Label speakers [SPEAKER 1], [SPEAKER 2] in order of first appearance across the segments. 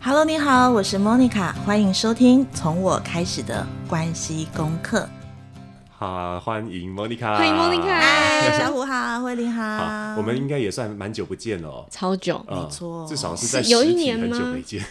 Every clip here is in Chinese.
[SPEAKER 1] Hello，你好，我是 Monica，欢迎收听《从我开始的关系功课
[SPEAKER 2] 好，欢迎 Monica，
[SPEAKER 3] 欢迎》。Monica
[SPEAKER 1] 嗨，小虎好，慧玲
[SPEAKER 2] 好
[SPEAKER 1] 好，，
[SPEAKER 2] 我们应该也算蛮久不见了哦，
[SPEAKER 3] 超久，
[SPEAKER 2] 呃
[SPEAKER 1] 没错
[SPEAKER 2] 至少是在
[SPEAKER 3] 是有一
[SPEAKER 2] 实体
[SPEAKER 3] 年
[SPEAKER 2] 很久
[SPEAKER 3] 吗
[SPEAKER 2] 没见，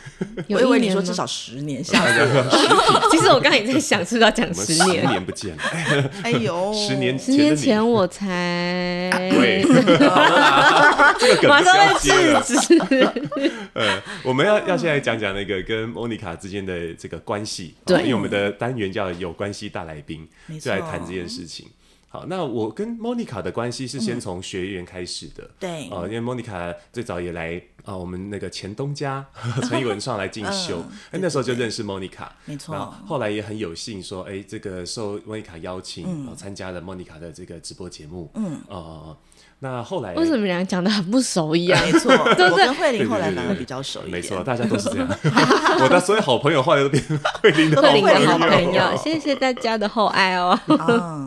[SPEAKER 3] 有
[SPEAKER 1] 我以为
[SPEAKER 3] 一
[SPEAKER 1] 你
[SPEAKER 3] 年
[SPEAKER 1] 说
[SPEAKER 3] 吗
[SPEAKER 1] 至少。十年下来，
[SPEAKER 3] 其实我刚才也在想，是不是要讲
[SPEAKER 2] 我们
[SPEAKER 3] 十
[SPEAKER 2] 十
[SPEAKER 3] 年？
[SPEAKER 2] 年不见了，哎
[SPEAKER 1] 哎呦，
[SPEAKER 2] 十年
[SPEAKER 3] 十年前
[SPEAKER 2] 的
[SPEAKER 3] 我才
[SPEAKER 2] 你， 对，这个梗
[SPEAKER 3] 马
[SPEAKER 2] 不
[SPEAKER 3] 上
[SPEAKER 2] 要
[SPEAKER 3] 被
[SPEAKER 2] 接了。
[SPEAKER 3] 制止。
[SPEAKER 2] 呃，我们要要现在讲讲那个跟 Monica 之间的这个关系，哦
[SPEAKER 3] 对
[SPEAKER 2] 因为我们的单元叫有关系大来宾
[SPEAKER 1] 没，错
[SPEAKER 2] 就来谈这件事情。好，那我跟 Monica 的关系是
[SPEAKER 3] 嗯
[SPEAKER 2] 先从学员开始的，
[SPEAKER 1] 对
[SPEAKER 2] 呃，因为 Monica 最早也来啊、呃我们那个前东家 陈以文创来
[SPEAKER 3] 嗯
[SPEAKER 2] 进修，哎、那时候就认识 Monica，
[SPEAKER 1] 没错
[SPEAKER 2] 然后后来也很有幸说，哎、这个受 Monica 邀请，然后参加了 Monica 的这个直播节目，嗯，呃，那后来
[SPEAKER 3] 为什么两个讲的很不熟一 样？
[SPEAKER 1] 没错，
[SPEAKER 3] 对
[SPEAKER 1] 我
[SPEAKER 3] 对
[SPEAKER 1] 跟慧
[SPEAKER 2] 对对
[SPEAKER 1] 玲后来
[SPEAKER 2] 对对
[SPEAKER 1] 反而
[SPEAKER 2] 对
[SPEAKER 1] 比较熟一
[SPEAKER 2] 没错，
[SPEAKER 1] 点，
[SPEAKER 2] 大家都是这样。 我的所有好朋友后来都变成慧玲的
[SPEAKER 3] 慧玲的
[SPEAKER 2] 好
[SPEAKER 3] 好
[SPEAKER 2] 朋
[SPEAKER 3] 朋
[SPEAKER 2] 友
[SPEAKER 3] 友，。谢谢大家的厚爱哦。
[SPEAKER 1] 啊，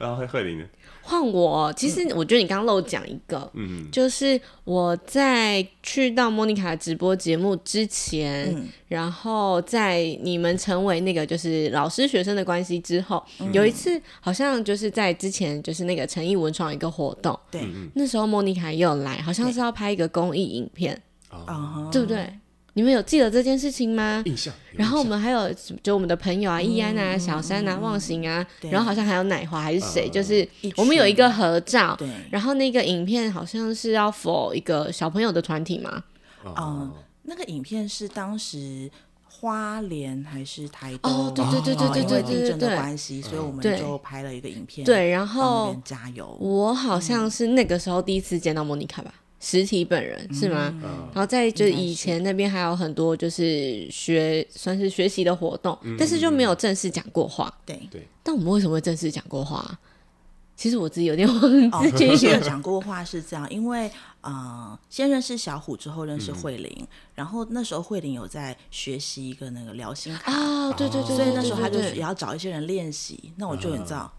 [SPEAKER 2] 然后慧玲呢？
[SPEAKER 3] 换我，其实我觉得你刚刚漏讲一个，
[SPEAKER 2] 嗯，
[SPEAKER 3] 就是我在去到莫妮卡的直播节目之前，然后在你们成为那个就是老师学生的关系之后，有一次好像就是在之前就是那个诚毅文创有一个活动，
[SPEAKER 1] 对，
[SPEAKER 3] 那时候莫妮卡也有来，好像是要拍一个公益影片，
[SPEAKER 2] 哦，
[SPEAKER 1] 啊，
[SPEAKER 3] 对不对？你们有记得这件事情吗？
[SPEAKER 2] 印象。有
[SPEAKER 3] 然后我
[SPEAKER 2] 印象
[SPEAKER 3] 们还有就我们的朋友啊，易安啊、小山啊、忘形啊，
[SPEAKER 1] 对
[SPEAKER 3] 然后好像还有奶华还是谁，
[SPEAKER 2] 嗯
[SPEAKER 3] 就是
[SPEAKER 1] 一
[SPEAKER 3] 我们有一
[SPEAKER 1] 群
[SPEAKER 3] 个合照，
[SPEAKER 1] 对，
[SPEAKER 3] 然后那个影片好像是要否一个小朋友的团体嘛？
[SPEAKER 2] 哦，
[SPEAKER 1] 那个影片是当时。花莲还是台东？
[SPEAKER 3] 哦对
[SPEAKER 2] 对对对
[SPEAKER 1] 啊
[SPEAKER 2] 对
[SPEAKER 1] 因为
[SPEAKER 2] 对
[SPEAKER 1] 地
[SPEAKER 3] 对
[SPEAKER 1] 震的
[SPEAKER 3] 对
[SPEAKER 1] 关系，所以我们
[SPEAKER 3] 对
[SPEAKER 1] 就拍了一个影片，，
[SPEAKER 3] 对，哦然
[SPEAKER 1] 帮那
[SPEAKER 3] 后
[SPEAKER 1] 边加油。
[SPEAKER 3] 我好像是那个时候第一次见到莫妮卡吧，实体本人是吗？
[SPEAKER 2] 嗯
[SPEAKER 3] 然后在就是
[SPEAKER 1] 应该是
[SPEAKER 3] 以前那边还有很多就是学算是学习的活动，但是就没有正式讲过话。
[SPEAKER 1] 对，
[SPEAKER 3] 但我们为什么会正式讲过话啊？其实我自己有点忘
[SPEAKER 1] 哦，
[SPEAKER 3] 记
[SPEAKER 1] 之
[SPEAKER 3] 了。
[SPEAKER 1] 前讲过话 是这样，因为呃，先认识小虎之后认识慧玲，然后那时候慧玲有在学习一个那个聊心卡，
[SPEAKER 3] 啊，对对对，
[SPEAKER 1] 哦所以那时候她
[SPEAKER 3] 他
[SPEAKER 1] 就也
[SPEAKER 3] 啊，
[SPEAKER 1] 要找一些人练习。那我就你知道，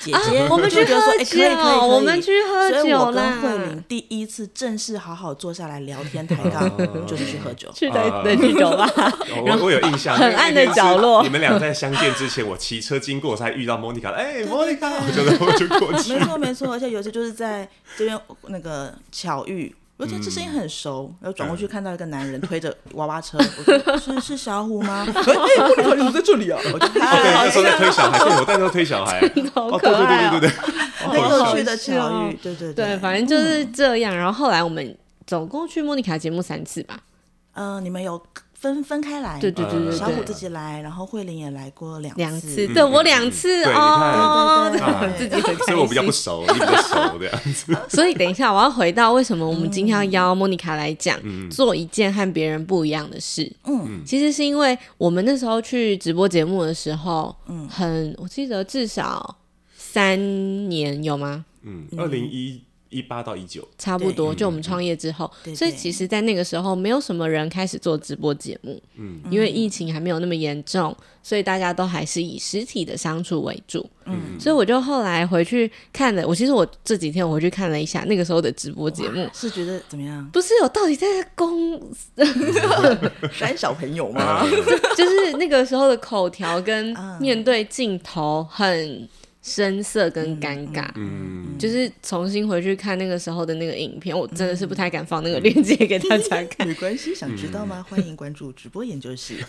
[SPEAKER 1] 姐姐，
[SPEAKER 3] 啊我们
[SPEAKER 1] 就
[SPEAKER 3] 去
[SPEAKER 1] 觉得说，
[SPEAKER 3] 喝
[SPEAKER 1] 哎，可以可以可
[SPEAKER 3] 酒，
[SPEAKER 1] 以，
[SPEAKER 3] 我们去喝
[SPEAKER 1] 所以我
[SPEAKER 3] 酒
[SPEAKER 1] 跟
[SPEAKER 3] 啦，
[SPEAKER 1] 慧玲第一次正式好好坐下来聊天抬
[SPEAKER 3] 啊
[SPEAKER 1] 杠，就是去喝 酒。
[SPEAKER 3] 去
[SPEAKER 2] 啊
[SPEAKER 3] 的的去酒 吧。
[SPEAKER 2] 哦我我有印象，
[SPEAKER 3] 很
[SPEAKER 2] 因为那
[SPEAKER 3] 暗的
[SPEAKER 2] 天是
[SPEAKER 3] 角落
[SPEAKER 2] 你们俩在相见之前，我骑车经过才遇到 Monica，哎，Monica，我觉得我就 过去
[SPEAKER 1] 没。错没错，而且有一次就是在这边那个巧遇，我觉得这声音很
[SPEAKER 3] 嗯
[SPEAKER 1] 熟，然后转过去看到一个男人推着娃娃 车，我说是是小虎吗？哎，我的你怎么在这里啊？我就
[SPEAKER 2] 哦，对，
[SPEAKER 1] 嗨
[SPEAKER 2] 那时候在推小孩，对，我在那时候推小孩。
[SPEAKER 3] 好
[SPEAKER 2] 哦，
[SPEAKER 3] 可
[SPEAKER 2] 对对
[SPEAKER 3] 爱哦
[SPEAKER 2] 对对对对，
[SPEAKER 1] 很
[SPEAKER 2] 好
[SPEAKER 1] 有
[SPEAKER 2] 笑
[SPEAKER 1] 趣的
[SPEAKER 3] 好好笑
[SPEAKER 1] 巧
[SPEAKER 3] 哦
[SPEAKER 1] 遇，对对
[SPEAKER 3] 对，反正就是这样。然后后来我们总共去莫妮卡节目三次吧。
[SPEAKER 1] 呃，你们有分分开来，
[SPEAKER 3] 对对对对
[SPEAKER 2] 嗯
[SPEAKER 1] 小虎
[SPEAKER 3] 对，
[SPEAKER 1] 自己来，然后慧玲也来过两
[SPEAKER 3] 两次，
[SPEAKER 1] 次，
[SPEAKER 3] 对我两次
[SPEAKER 2] 对
[SPEAKER 3] 哦，
[SPEAKER 1] 你看
[SPEAKER 2] 啊
[SPEAKER 3] 自己很开
[SPEAKER 2] 所以
[SPEAKER 3] 心。
[SPEAKER 2] 我比较不 熟，你比较熟这样子。
[SPEAKER 3] 所以等一下我要回到为什么我们今天要邀莫妮卡来讲做一件和别人不一样的事。
[SPEAKER 1] 嗯，
[SPEAKER 3] 其实是因为我们那时候去直播节目的时候，
[SPEAKER 1] 嗯
[SPEAKER 3] 很我记得至少三年有吗？
[SPEAKER 2] 嗯，二零一一八到一九，
[SPEAKER 3] 差不多，
[SPEAKER 2] 对
[SPEAKER 3] 就我们创业之后，
[SPEAKER 1] 嗯对对
[SPEAKER 3] 所以其实，在那个时候，没有什么人开始做直播节目，嗯，因为疫情还没有那么严重，所以大家都还是以实体的相处为主，嗯，所以我就后来回去看了，我其实我这几天我回去看了一下那个时候的直播节目，
[SPEAKER 1] 是觉得怎么 样？
[SPEAKER 3] 不是我到底在公，
[SPEAKER 1] 删小朋友吗？
[SPEAKER 3] 就是那个时候的口条 跟
[SPEAKER 2] 嗯
[SPEAKER 1] 啊
[SPEAKER 3] 面对镜头很生涩跟尴尬，
[SPEAKER 2] 嗯，
[SPEAKER 3] 就是重新回去看那个时候的那个影片，我真的是不太敢放那个链接给大家
[SPEAKER 2] 嗯
[SPEAKER 3] 看。
[SPEAKER 1] 没关系，想知道吗？欢迎关注直播研究室。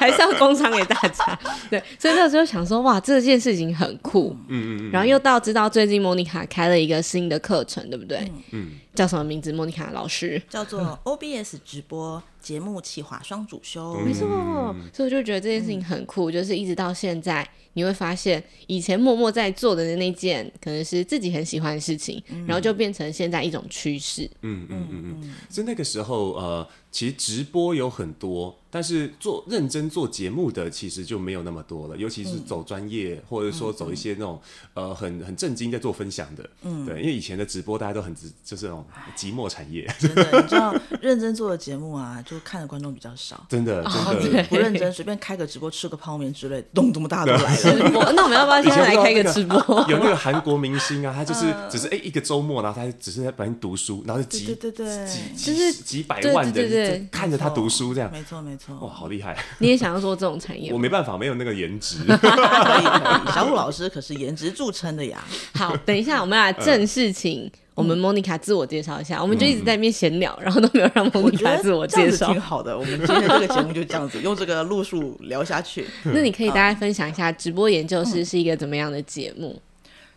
[SPEAKER 3] 还是要工商给大家。对，所以那时候想说，哇，这件事情很酷。
[SPEAKER 2] 嗯嗯嗯，
[SPEAKER 3] 然后又到知道最近莫妮卡开了一个新的课程，对不对？
[SPEAKER 2] 嗯，
[SPEAKER 3] 叫什么名字？莫妮卡老师。
[SPEAKER 1] 叫做 OBS 直播节目企划双主修，
[SPEAKER 3] 没错，所以我就觉得这件事
[SPEAKER 1] 嗯
[SPEAKER 3] 情很酷，就是一直到现在，你会发现以前默默在做的那件，可能是自己很喜欢的事情，然
[SPEAKER 1] 嗯
[SPEAKER 3] 后就变成现在一种趋势。
[SPEAKER 2] 嗯嗯嗯嗯，所以那个时候呃，其实直播有很多，但是做认真做节目的其实就没有那么多了，尤其是走专业，或者说走一些那种呃很很正经在做分享的，嗯，对，因为以前的直播大家都很直，就是那种寂寞产业，
[SPEAKER 1] 真的，你知道认真做的节目啊，就看的观众比较少。
[SPEAKER 2] 真的真的。
[SPEAKER 1] 你不认真，随便开个直播吃个泡面之类，咚，这么大都来 了。
[SPEAKER 3] 我那我们要不要现在来开一个直播？
[SPEAKER 2] 有那个韩国明星啊，他就是只是哎、一个周末，然后他只是在反正读书，然后就
[SPEAKER 1] 对
[SPEAKER 2] 几
[SPEAKER 1] 对对对
[SPEAKER 2] 几
[SPEAKER 3] 就是
[SPEAKER 2] 几几百
[SPEAKER 3] 对
[SPEAKER 2] 万
[SPEAKER 3] 对对
[SPEAKER 2] 人
[SPEAKER 3] 对对，
[SPEAKER 2] 看着他读书这样，
[SPEAKER 1] 没错没错，
[SPEAKER 2] 哇，好厉害！
[SPEAKER 3] 你也想要做这种产业
[SPEAKER 2] 我
[SPEAKER 3] 吗？
[SPEAKER 2] 没办法，没有那个颜值。
[SPEAKER 1] 可以可以。小虎老师可是颜值著称的 呀，
[SPEAKER 3] 好，等一下，我们来
[SPEAKER 1] 嗯
[SPEAKER 3] 正式请我们 Monica 自我介绍一下。我们就一直在那边闲聊，然后都没有让
[SPEAKER 1] 我觉
[SPEAKER 3] Monica
[SPEAKER 1] 得
[SPEAKER 3] 自我
[SPEAKER 1] 这样
[SPEAKER 3] 介
[SPEAKER 1] 子
[SPEAKER 3] 绍
[SPEAKER 1] 挺。好的。我们今天的这个节目就这样子，用这个路数聊下去。
[SPEAKER 3] 那你可以大家分享一下，直播研究
[SPEAKER 1] 嗯
[SPEAKER 3] 室是一个怎么样的节目？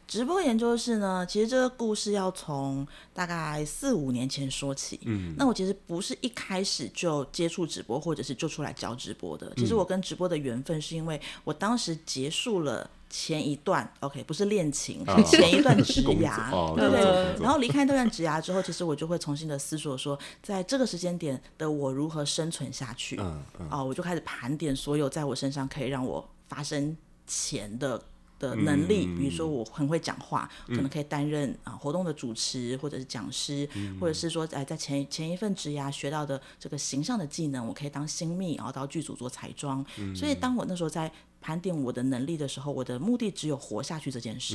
[SPEAKER 1] 直播研究室呢，其实这个故事要从大概四五年前说起。嗯，那我其实不是一开始就接触直播，或者是就出来教直播的。
[SPEAKER 2] 嗯
[SPEAKER 1] 其实我跟直播的缘分是因为我当时结束了。前一段 OK 不是恋情，
[SPEAKER 2] 啊
[SPEAKER 1] 是前一 段职
[SPEAKER 2] 工作
[SPEAKER 1] 涯，
[SPEAKER 2] 哦
[SPEAKER 1] 对不
[SPEAKER 2] 工作工
[SPEAKER 1] 对？
[SPEAKER 2] 作
[SPEAKER 1] 然后离开那段职涯之后，其实我就会重新的思索说，在这个时间点的我如何生存下去。
[SPEAKER 2] 嗯嗯，
[SPEAKER 1] 哦，我就开始盘点所有在我身上可以让我发生钱的的能力，比如说我很会讲话，可能可以担任啊、活动的主持或者是讲师，或者是说哎在前前一份职涯学到的这个形象的技能，我可以当新密，然后到剧组做彩妆。所以当我那时候在盘点我的能力的时候，我的目的只有活下去这件事。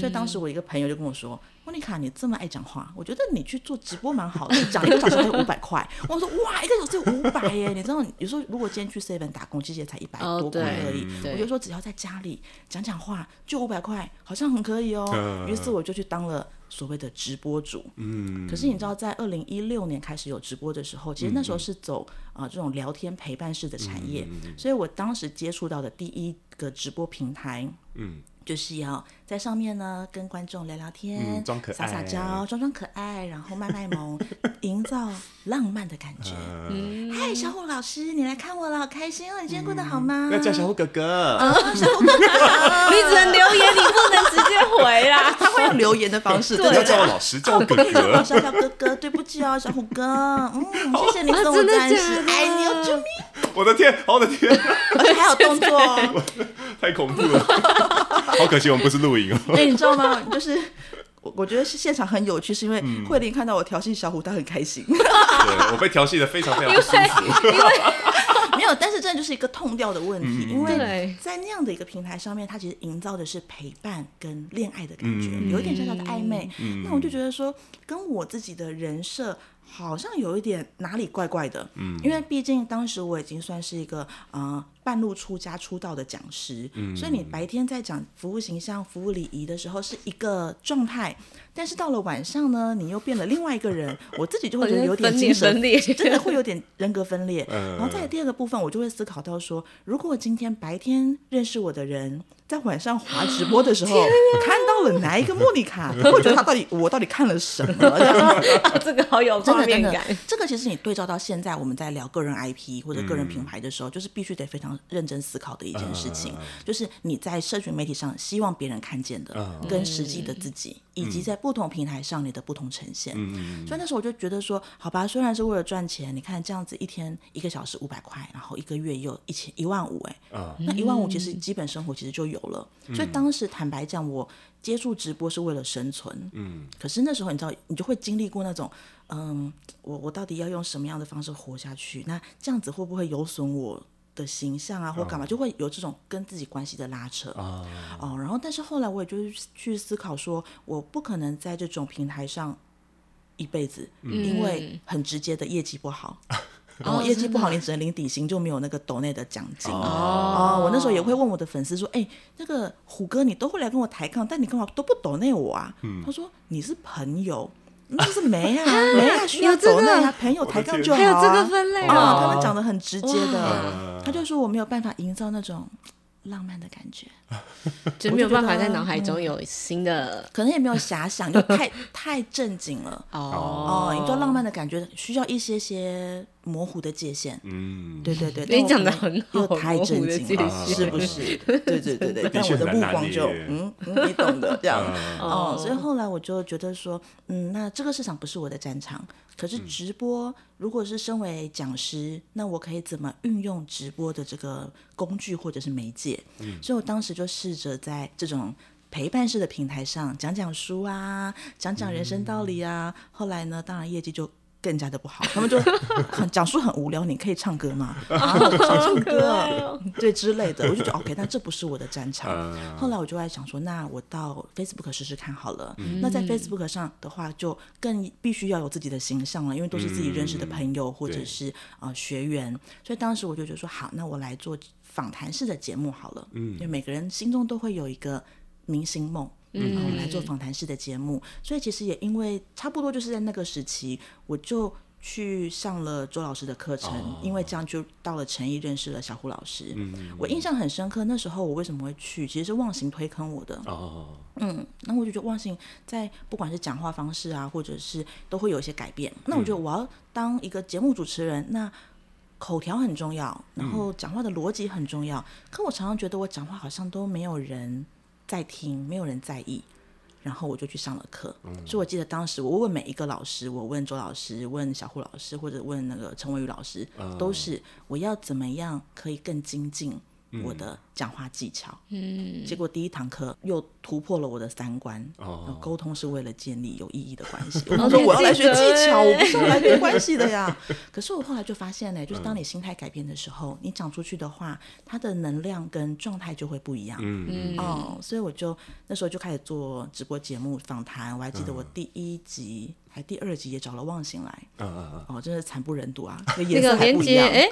[SPEAKER 1] 所以当时我一个朋友就跟我说：“莫妮卡，你这么爱讲话，我觉得你去做直播蛮好的，你讲一个小时才五百块。”我说：“哇，一个小时有五百耶！你知道，有时候如果今天去 seven 打工，其实也才一百
[SPEAKER 3] 哦
[SPEAKER 1] 多块
[SPEAKER 3] 对
[SPEAKER 1] 而已。
[SPEAKER 2] 嗯
[SPEAKER 3] 对
[SPEAKER 1] 我就说只要在家里讲讲话，就五百块，好像很可以哦。
[SPEAKER 2] 嗯
[SPEAKER 1] 于是我就去当了所谓的直播主。嗯，可是你知道，在二零一六年开始有直播的时候，其实那时候是走啊、呃这种聊天陪伴式的产
[SPEAKER 2] 嗯
[SPEAKER 1] 业，所以我当时接触到的第一个直播平台，
[SPEAKER 2] 嗯，
[SPEAKER 1] 就是要在上面呢跟观众聊聊天，
[SPEAKER 2] 嗯装可爱
[SPEAKER 1] 撒撒娇，装装可爱，然后卖卖 萌，营造浪漫的感觉。
[SPEAKER 2] 呃
[SPEAKER 1] 嗨、小虎老师，你来看我了，好开心哦！你今天过得
[SPEAKER 2] 嗯
[SPEAKER 1] 好吗？
[SPEAKER 2] 要叫小虎哥哥。
[SPEAKER 3] 你只能留言，你不能直接 回啦。
[SPEAKER 1] 他会用留言的方式，对
[SPEAKER 2] 不
[SPEAKER 1] 对
[SPEAKER 2] 要
[SPEAKER 1] 对
[SPEAKER 2] 叫我老师，叫我哥
[SPEAKER 1] 可以叫我
[SPEAKER 2] 哥。
[SPEAKER 1] 小小哥哥，对不起哦，小虎哥，嗯，谢谢你
[SPEAKER 3] 啊
[SPEAKER 1] 跟我
[SPEAKER 3] 真的
[SPEAKER 1] 在一
[SPEAKER 3] 假
[SPEAKER 1] 起，
[SPEAKER 3] 的
[SPEAKER 1] 爱你哦，救命！
[SPEAKER 2] 我的天，我的天，
[SPEAKER 1] 而且还有动作哦，
[SPEAKER 2] 太恐怖了！ 好可惜我们不是录影哦。
[SPEAKER 1] 哎，你知道吗？就是我我觉得是现场很有趣，是因为慧玲看到我调戏小虎，她很开心。
[SPEAKER 2] 对，我被调戏的非常非常不舒服。
[SPEAKER 1] 没有，但是真的就是一个痛调的问
[SPEAKER 2] 嗯
[SPEAKER 1] 题，因
[SPEAKER 3] 对
[SPEAKER 1] 为在那样的一个平台上面，它其实营造的是陪伴跟恋爱的感觉，
[SPEAKER 2] 嗯
[SPEAKER 1] 有一点小小的暧昧。那我就觉得说，跟我自己的人设。好像有一点哪里怪怪的，嗯，因为毕竟当时我已经算是一个呃半路出家出道的讲师，嗯，所以你白天在讲服务形象、服务礼仪的时候是一个状态，但是到了晚上呢，你又变了另外一个人，我自己就会觉得有点
[SPEAKER 3] 分裂
[SPEAKER 1] 精神
[SPEAKER 3] 分裂
[SPEAKER 1] 真的会有点人格分裂。
[SPEAKER 2] 嗯
[SPEAKER 1] 然后在第二个部分，我就会思考到说，如果今天白天认识我的人，在晚上滑直播的时候、看到了哪一个莫妮卡，他会觉得他到底我到底看了什么？这样子
[SPEAKER 3] 这个好有
[SPEAKER 1] 真
[SPEAKER 3] 画
[SPEAKER 1] 的
[SPEAKER 3] 面
[SPEAKER 1] 真的
[SPEAKER 3] 感。，
[SPEAKER 1] 这个其实你对照到现在我们在聊个人 IP 或者个人品牌的时候，就是必须得非常认真思考的一件事情，就是你在社群媒体上希望别人看见的，跟实际的自己，
[SPEAKER 3] 嗯
[SPEAKER 1] 以及在不同平台上你的不同呈现。所以那时候我就觉得说，好吧，虽然是为了赚钱，你看这样子一天一个小时五百块，然后一个月又一千一万五，哎，那一万五其实
[SPEAKER 3] 嗯
[SPEAKER 1] 基本生活其实就有了。所以当时坦白讲，我接触直播是为了生存。嗯，可是那时候你知道，你就会经历过那种，嗯，我我到底要用什么样的方式活下去？那这样子会不会有损我？的形象啊，或干嘛，就会有这种跟自己关系的拉扯哦。然后，但是后来我也就是去思考说，我不可能在这种平台上一辈子，因
[SPEAKER 3] 嗯
[SPEAKER 1] 为很直接的业绩不 好，然
[SPEAKER 3] 哦
[SPEAKER 1] 后业绩不好，
[SPEAKER 3] 啊
[SPEAKER 1] 你只能领底薪，就没有那个抖内的奖金。哦，我那时候也会问我的粉丝说：“哎、那个虎哥，你都会来跟我抬杠，但你干嘛都不抖内我啊？”他说：“你是朋友，那是没 啊，没啊，需要
[SPEAKER 3] 有这
[SPEAKER 1] 抖
[SPEAKER 3] 个
[SPEAKER 1] 内啊，朋友抬杠就好、
[SPEAKER 3] 还有
[SPEAKER 1] 啊。”
[SPEAKER 3] 这个分类
[SPEAKER 1] 啊，他
[SPEAKER 3] 哦，
[SPEAKER 1] 们讲的很直接的
[SPEAKER 2] 哇，
[SPEAKER 1] 他就说我没有办法营造那种浪漫的感觉，
[SPEAKER 3] 就没有办法在脑海
[SPEAKER 2] 嗯
[SPEAKER 3] 中有新的
[SPEAKER 1] 可能也没有遐想，就太太正经了。
[SPEAKER 3] 哦
[SPEAKER 1] 哦，你说浪漫的感觉需要一些些模糊的界限，
[SPEAKER 2] 嗯，
[SPEAKER 1] 对对对，
[SPEAKER 3] 你
[SPEAKER 1] 但
[SPEAKER 3] 讲
[SPEAKER 1] 我
[SPEAKER 3] 得
[SPEAKER 1] 可能
[SPEAKER 3] 很好
[SPEAKER 1] 又太
[SPEAKER 3] 模糊
[SPEAKER 1] 正
[SPEAKER 3] 的
[SPEAKER 1] 经了，
[SPEAKER 2] 界限
[SPEAKER 1] 是不是？ 对对对对，但
[SPEAKER 2] 确
[SPEAKER 1] 我的
[SPEAKER 2] 很
[SPEAKER 1] 目
[SPEAKER 2] 难拿
[SPEAKER 1] 光就
[SPEAKER 2] 捏
[SPEAKER 1] 嗯嗯，你懂的这样。
[SPEAKER 2] 嗯
[SPEAKER 1] 哦，所以后来我就觉得说，嗯，那这个市场不是我的战场。可
[SPEAKER 2] 嗯
[SPEAKER 1] 是直播，如果是身为讲师，那我可以怎么运用直播的这个工具或者是媒介？
[SPEAKER 2] 嗯
[SPEAKER 1] 所以我当时就试着在这种陪伴式的平台上讲讲书啊，讲讲人生道理啊。后来呢，当然业绩就更加的不好，他们就很讲述很无聊，你可以唱歌 吗？啊，我想唱歌啊，嗯对之类的，我就觉得 OK，那这不是我的战场。后来我就在想说，那我到 Facebook 试试看好了。那在 Facebook 上的话，就更必须要有自己的形象了，因为都是自己认识的朋友或者
[SPEAKER 2] 对
[SPEAKER 1] 是呃学员，所以当时我就觉得说，好，那我来做访谈式的节目好了。嗯，因为每个人心中都会有一个明星梦。嗯，我们来做访谈式的节目，所以其实也因为差不多就是在那个时期，我就去上了周老师的课程，因为这样就到了诚毅，认识了小胡老师。哦嗯，我印象很深刻，那时候我为什么会去，其实是忘形推坑我的。
[SPEAKER 2] 哦，
[SPEAKER 1] 嗯，然后我就觉得忘形在不管是讲话方式啊，或者是都会有一些改变。那我觉得我要当一个节目主持人，那口条很重要，然后讲话的逻辑很重要。可我常常觉得我讲话好像都没有人在听，没有人在意。然后我就去上了课，
[SPEAKER 2] 嗯
[SPEAKER 1] 所以我记得当时我问每一个老师，我问周老师，问小胡老师，或者问那个陈伟宇老师，
[SPEAKER 2] 嗯
[SPEAKER 1] 都是我要怎么样可以更精进
[SPEAKER 2] 嗯
[SPEAKER 1] 我的讲话技巧。嗯，结果第一堂课又突破了我的三观。
[SPEAKER 2] 哦
[SPEAKER 1] 然后沟通是为了建立有意义的关系。 我说我要来学技巧，
[SPEAKER 3] 哦
[SPEAKER 1] 我
[SPEAKER 3] 你很记
[SPEAKER 1] 不是
[SPEAKER 3] 得欸
[SPEAKER 1] 要来学关系的呀。可是我后来就发现呢，就是当你心态改变的时候，你讲出去的话，它的能量跟状态就会不一样。
[SPEAKER 2] 嗯，
[SPEAKER 1] 哦，所以我就那时候就开始做直播节目访谈，我还记得我第一集、还第二集也找了忘形来，
[SPEAKER 2] 嗯嗯
[SPEAKER 1] 哦，真是惨不忍睹 啊，那
[SPEAKER 3] 那
[SPEAKER 1] 颜
[SPEAKER 3] 个
[SPEAKER 1] 色还
[SPEAKER 3] 连
[SPEAKER 1] 不一
[SPEAKER 3] 接，
[SPEAKER 1] 样。
[SPEAKER 3] 哎、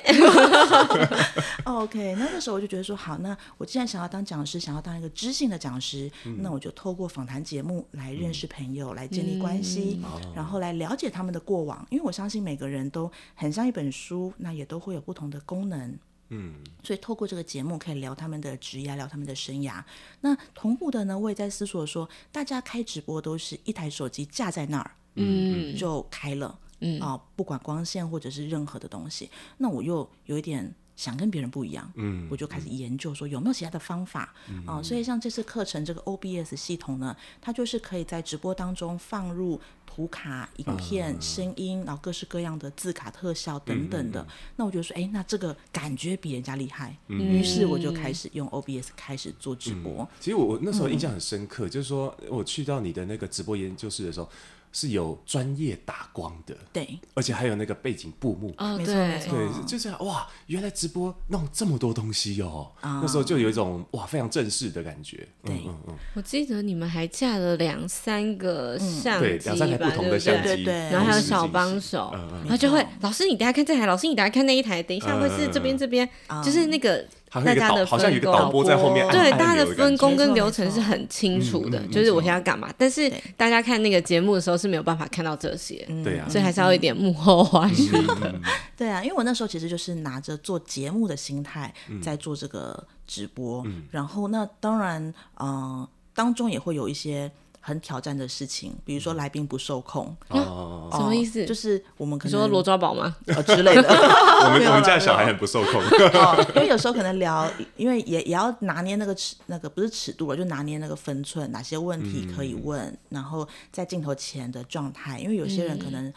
[SPEAKER 1] 哦 OK，那那时候我就觉得说，好，那我既然想要当讲师，想要当一个知性的讲师，那
[SPEAKER 2] 嗯
[SPEAKER 1] 我就透过访谈节目来认识朋友，来建立关系，
[SPEAKER 3] 嗯
[SPEAKER 2] 哦
[SPEAKER 1] 然后来了解他们的过往，因为我相信每个人都很像一本书，那也都会有不同的功能。
[SPEAKER 2] 嗯
[SPEAKER 1] 所以透过这个节目可以聊他们的职业，聊他们的生涯。那同步的呢，我也在思索说，大家开直播都是一台手机架在那儿，
[SPEAKER 3] 嗯，
[SPEAKER 1] 就开了，嗯啊、不管光线或者是任何的东西。那我又有一点想跟别人不一样，
[SPEAKER 2] 嗯，
[SPEAKER 1] 我就开始研究说有没有其他的方法啊、所以像这次课程这个 OBS 系统呢，它就是可以在直播当中放入图卡、影片、声音，然后各式各样的字卡、特效等等的。那我觉得说，哎，那这个感觉比人家厉害，于是我就开始用 OBS 开始做直播。
[SPEAKER 2] 其实我我那时候印象很深刻，就是说我去到你的那个直播研究室的时候，是有专业打光的，
[SPEAKER 1] 对，
[SPEAKER 2] 而且还有那个背景布幕。
[SPEAKER 3] 哦，
[SPEAKER 1] 没错没
[SPEAKER 3] 对，
[SPEAKER 1] 错
[SPEAKER 2] 对，就是哇，原来直播弄这么多东西哦，
[SPEAKER 3] 啊
[SPEAKER 2] 那时候就有一种哇非常正式的感觉。
[SPEAKER 1] 对
[SPEAKER 2] 嗯嗯嗯，
[SPEAKER 3] 我记得你们还架了两三个
[SPEAKER 2] 嗯
[SPEAKER 3] 相
[SPEAKER 2] 对，
[SPEAKER 3] 机吧，
[SPEAKER 2] 两三台不同的相
[SPEAKER 3] 对不对
[SPEAKER 2] 机，
[SPEAKER 1] 对对
[SPEAKER 3] 然后还有
[SPEAKER 2] 同时进
[SPEAKER 3] 小
[SPEAKER 2] 行
[SPEAKER 3] 帮手，
[SPEAKER 2] 嗯嗯
[SPEAKER 3] 然后就会老师你等一下看这台，老师你等一下看那一台，等一下会是这边这边，就是那个
[SPEAKER 2] 还有哦
[SPEAKER 3] 大
[SPEAKER 2] 一个
[SPEAKER 3] 家的
[SPEAKER 2] 导，好像有
[SPEAKER 3] 分
[SPEAKER 2] 一个
[SPEAKER 3] 工，
[SPEAKER 2] 导播在后面按
[SPEAKER 3] 对
[SPEAKER 2] 按钮
[SPEAKER 3] 大家的
[SPEAKER 2] 感
[SPEAKER 3] 分
[SPEAKER 2] 觉
[SPEAKER 3] 工
[SPEAKER 1] 没
[SPEAKER 3] 跟
[SPEAKER 1] 错
[SPEAKER 3] 流程
[SPEAKER 1] 没
[SPEAKER 3] 是
[SPEAKER 1] 错
[SPEAKER 3] 很清楚的
[SPEAKER 2] 嗯嗯，嗯
[SPEAKER 3] 就是我现在要干嘛，但是大家看那个节目的时候是没有办法看到这些，
[SPEAKER 2] 对啊，
[SPEAKER 3] 所以还是要有一点幕后花絮。
[SPEAKER 1] 对啊，因为我那时候其实就是拿着做节目的心态
[SPEAKER 2] 嗯
[SPEAKER 1] 在做这个直播，然后那当然，嗯、当中也会有一些很挑战的事情，比如说来宾不受控，
[SPEAKER 2] 嗯哦，
[SPEAKER 3] 什么意思？
[SPEAKER 1] 就是是我们可
[SPEAKER 3] 你
[SPEAKER 1] 能
[SPEAKER 3] 说罗抓宝吗？
[SPEAKER 1] 呃之类的，
[SPEAKER 2] 我们
[SPEAKER 1] 没有啦
[SPEAKER 2] 我们家的小孩很不受 控，
[SPEAKER 1] 哦，因为有时候可能聊，因为也也要拿捏那个尺，那个不是尺度了，就拿捏那个分寸，哪些问题可
[SPEAKER 2] 嗯
[SPEAKER 1] 以问，然后在镜头前的状态，因为有些人
[SPEAKER 3] 嗯
[SPEAKER 1] 可能。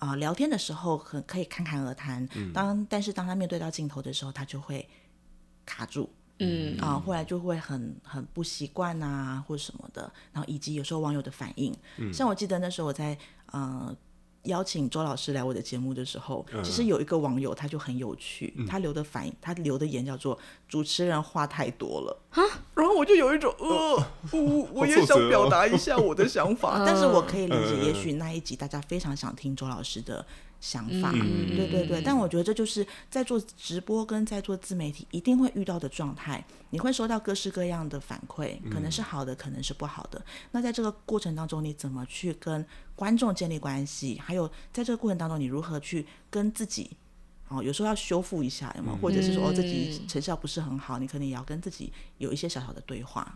[SPEAKER 1] 啊、聊天的时候很可以侃侃而谈，当但是当他面对到镜头的时候，他就会卡住，
[SPEAKER 3] 嗯，
[SPEAKER 1] 啊、后来就会很很不习惯啊，或者什么的，然后以及有时候网友的反应，像我记得那时候我在呃邀请周老师来我的节目的时候，其实有一个网友他就很有趣，他留的反应，他留的言叫做“主持人话太多了”，然后我就有一种呃，我我也想表达一下我的想法， 但是我可以理解，也许那一集大家非常想听周老师的。想法，对对对，但我觉得这就是在做直播跟在做自媒体一定会遇到的状态，你会收到各式各样的反馈，可能是好的，可能是不好的。那在这个过程当中，你怎么去跟观众建立关系？还有在这个过程当中，你如何去跟自己？哦，有时候要修复一下，有没有？或者是说，哦，自己成效不是很好，你可能也要跟自己有一些小小的对话。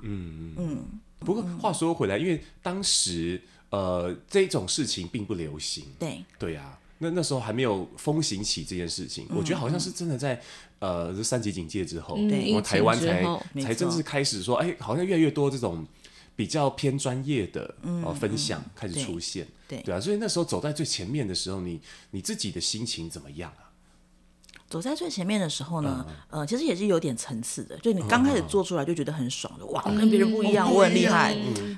[SPEAKER 2] 不过话说回来，因为当时呃这种事情并不流行，
[SPEAKER 1] 对，
[SPEAKER 2] 对啊，那那时候还没有风行起这件事情，我觉得好像
[SPEAKER 1] 嗯
[SPEAKER 2] 是真的在呃这三级警戒之后，
[SPEAKER 3] 对
[SPEAKER 2] 我们台湾
[SPEAKER 3] 疫情
[SPEAKER 2] 才
[SPEAKER 3] 之后
[SPEAKER 1] 没错
[SPEAKER 2] 才正式开始说，哎、好像越来越多这种比较偏专业的呃分享开始
[SPEAKER 1] 嗯对
[SPEAKER 2] 出现，
[SPEAKER 1] 对
[SPEAKER 2] 啊，所以那时候走在最前面的时候，你你自己的心情怎么样啊？
[SPEAKER 1] 走在最前面的时候呢，
[SPEAKER 2] 嗯
[SPEAKER 1] 呃，其实也是有点层次的，就嗯
[SPEAKER 2] 嗯
[SPEAKER 1] 你刚开始做出来就觉得很爽的，哇，我跟别人不一样，我很厉害。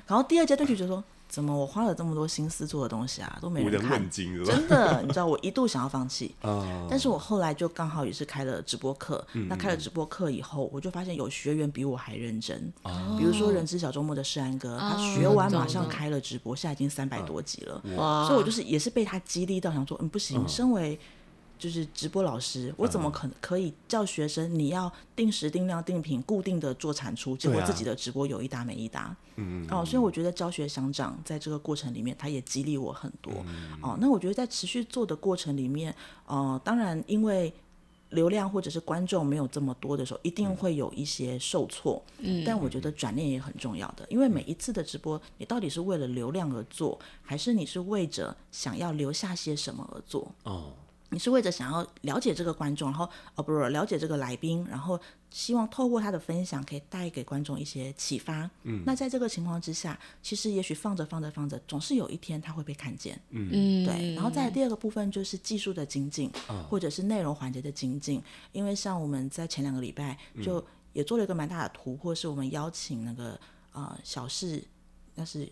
[SPEAKER 1] 然后第二阶段就觉得说，怎么我花了这么多心思做的东西啊，都没
[SPEAKER 2] 无
[SPEAKER 1] 人
[SPEAKER 2] 人
[SPEAKER 1] 看
[SPEAKER 2] 问。津，是吧？
[SPEAKER 1] 真的，你知道我一度想要放 弃，
[SPEAKER 2] 啊，
[SPEAKER 1] 但是我后来就刚好也是开了直播课，
[SPEAKER 2] 嗯
[SPEAKER 1] 那开了直播课以后，我就发现有学员比我还认真，
[SPEAKER 2] 哦
[SPEAKER 1] 比如说人之小周末的世安哥，他学完马上开哦了直播，现在已经三百多集了，
[SPEAKER 2] 嗯
[SPEAKER 3] 哇，
[SPEAKER 1] 所以我就是也是被他激励到，想说，嗯，不行，身为就是直播老师，我怎么可可以叫学生你要定时定量定频固定的做产出，结
[SPEAKER 2] 对
[SPEAKER 1] 果
[SPEAKER 2] 啊
[SPEAKER 1] 自己的直播有一搭没一搭，嗯哦，所以我觉得教学相长在这个过程里面，他也激励我很多，哦，那我觉得在持续做的过程里面，呃，当然因为。流量或者是观众没有这么多的时候，一定会有一些受挫。嗯，但我觉得转念也很重要的，因为每一次的直播，你到底是为了流量而做，还是你是为着想要留下些什么而做？
[SPEAKER 2] 哦，
[SPEAKER 1] 你是为着想要了解这个观众，然后哦不是了解这个来宾，然后希望透过他的分享可以带给观众一些启发。嗯，那在这个情况之下，其实也许放着放着放着，总是有一天他会被看见。
[SPEAKER 3] 嗯，
[SPEAKER 1] 对，然后再来第二个部分就是技术的精进，
[SPEAKER 2] 嗯
[SPEAKER 1] 或者是内容环节的精进。因为像我们在前两个礼拜
[SPEAKER 2] 嗯
[SPEAKER 1] 就也做了一个蛮大的突破，是我们邀请那个呃小事，那是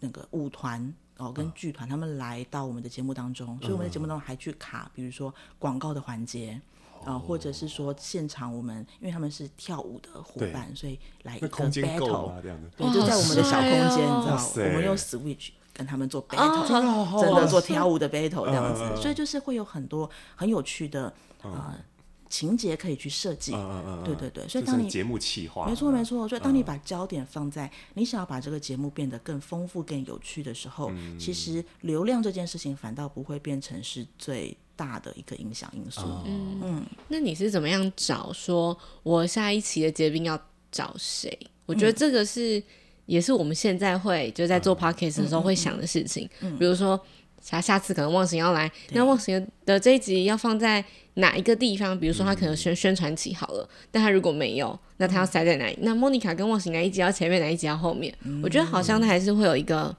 [SPEAKER 1] 那个舞团。哦，
[SPEAKER 2] 嗯
[SPEAKER 1] 跟剧团他们来到我们的节目当中，所以我们的节目当中还去卡，比如说广告的环节，啊、或者是说现场我们，因为他们是跳舞的伙
[SPEAKER 2] 哦对
[SPEAKER 1] 伴，所以来一
[SPEAKER 2] 那
[SPEAKER 1] 个
[SPEAKER 2] 空间够
[SPEAKER 1] battle，
[SPEAKER 2] 吗？这样子，
[SPEAKER 1] 对，就在我们的小空间，你知道吗，
[SPEAKER 2] 哇
[SPEAKER 3] 好帅哦哦
[SPEAKER 2] 塞
[SPEAKER 1] 我们用 Switch 跟他们做 battle，
[SPEAKER 3] 真的
[SPEAKER 2] 好
[SPEAKER 1] 真的
[SPEAKER 2] 玩
[SPEAKER 1] 做跳舞的 battle 这样子
[SPEAKER 2] 嗯嗯，嗯
[SPEAKER 1] 所以就是会有很多很有趣的啊情节可以去设计。
[SPEAKER 2] 嗯嗯嗯，
[SPEAKER 1] 对对对，所以
[SPEAKER 2] 就
[SPEAKER 1] 当
[SPEAKER 2] 是嗯
[SPEAKER 1] 你
[SPEAKER 2] 节目企划，
[SPEAKER 1] 没错没错，所以当你把焦点放在你想要把这个节目变得更丰富、更有趣的时候，
[SPEAKER 2] 嗯
[SPEAKER 1] 其实流量这件事情反倒不会变成是最大的一个影响因素。
[SPEAKER 2] 哦
[SPEAKER 3] 那你是怎么样找说我下一期的结冰要找谁？我觉得这个是、也是我们现在会就在
[SPEAKER 1] 嗯
[SPEAKER 3] 做 podcast 的时候会想的事情，比如说。他下次可能忘形要来，那忘形的这一集要放在哪一个地方？比如说他可能宣宣传期好了，
[SPEAKER 1] 嗯
[SPEAKER 3] 但他如果没有，那他要塞在哪里？那莫妮卡跟忘形哪一集要前面，哪一集要后面？
[SPEAKER 1] 嗯
[SPEAKER 3] 我觉得好像他还是会有一个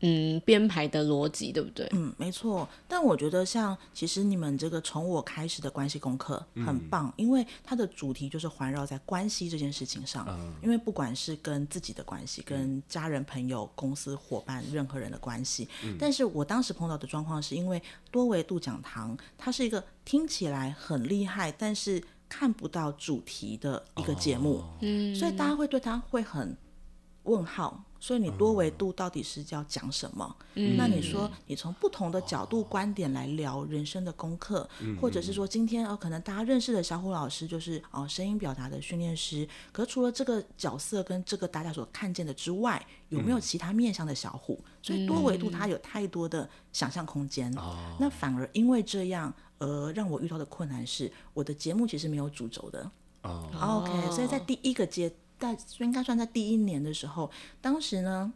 [SPEAKER 3] 嗯编排的逻辑，对不对？
[SPEAKER 1] 嗯，没错。但我觉得像其实你们这个从我开始的关系功课很棒，因为它的主题就是环绕在关系这件事情上。因为不管是跟自己的关系、跟家人、朋友、公司伙伴、任何人的关系，但是我当时碰到的状况是因为多维度讲堂，它是一个听起来很厉害，但是看不到主题的一个节目。
[SPEAKER 3] 嗯，
[SPEAKER 1] 所以大家会对他会很问号。所以你多维度到底是要讲什么？那你说你从不同的角度、观点来聊人生的功课，或者是说今天哦，呃可能大家认识的小虎老师就是哦、声音表达的训练师，可除了这个角色跟这个大家所看见的之外，有没有其他面向的小虎？所以多维度它有太多的想象空间，那反而因为这样而让我遇到的困难是，我的节目其实没有主轴的，
[SPEAKER 2] 哦，
[SPEAKER 1] OK，所以在
[SPEAKER 3] 哦
[SPEAKER 1] 第一个阶段，应该算在第一年的时候，当时呢，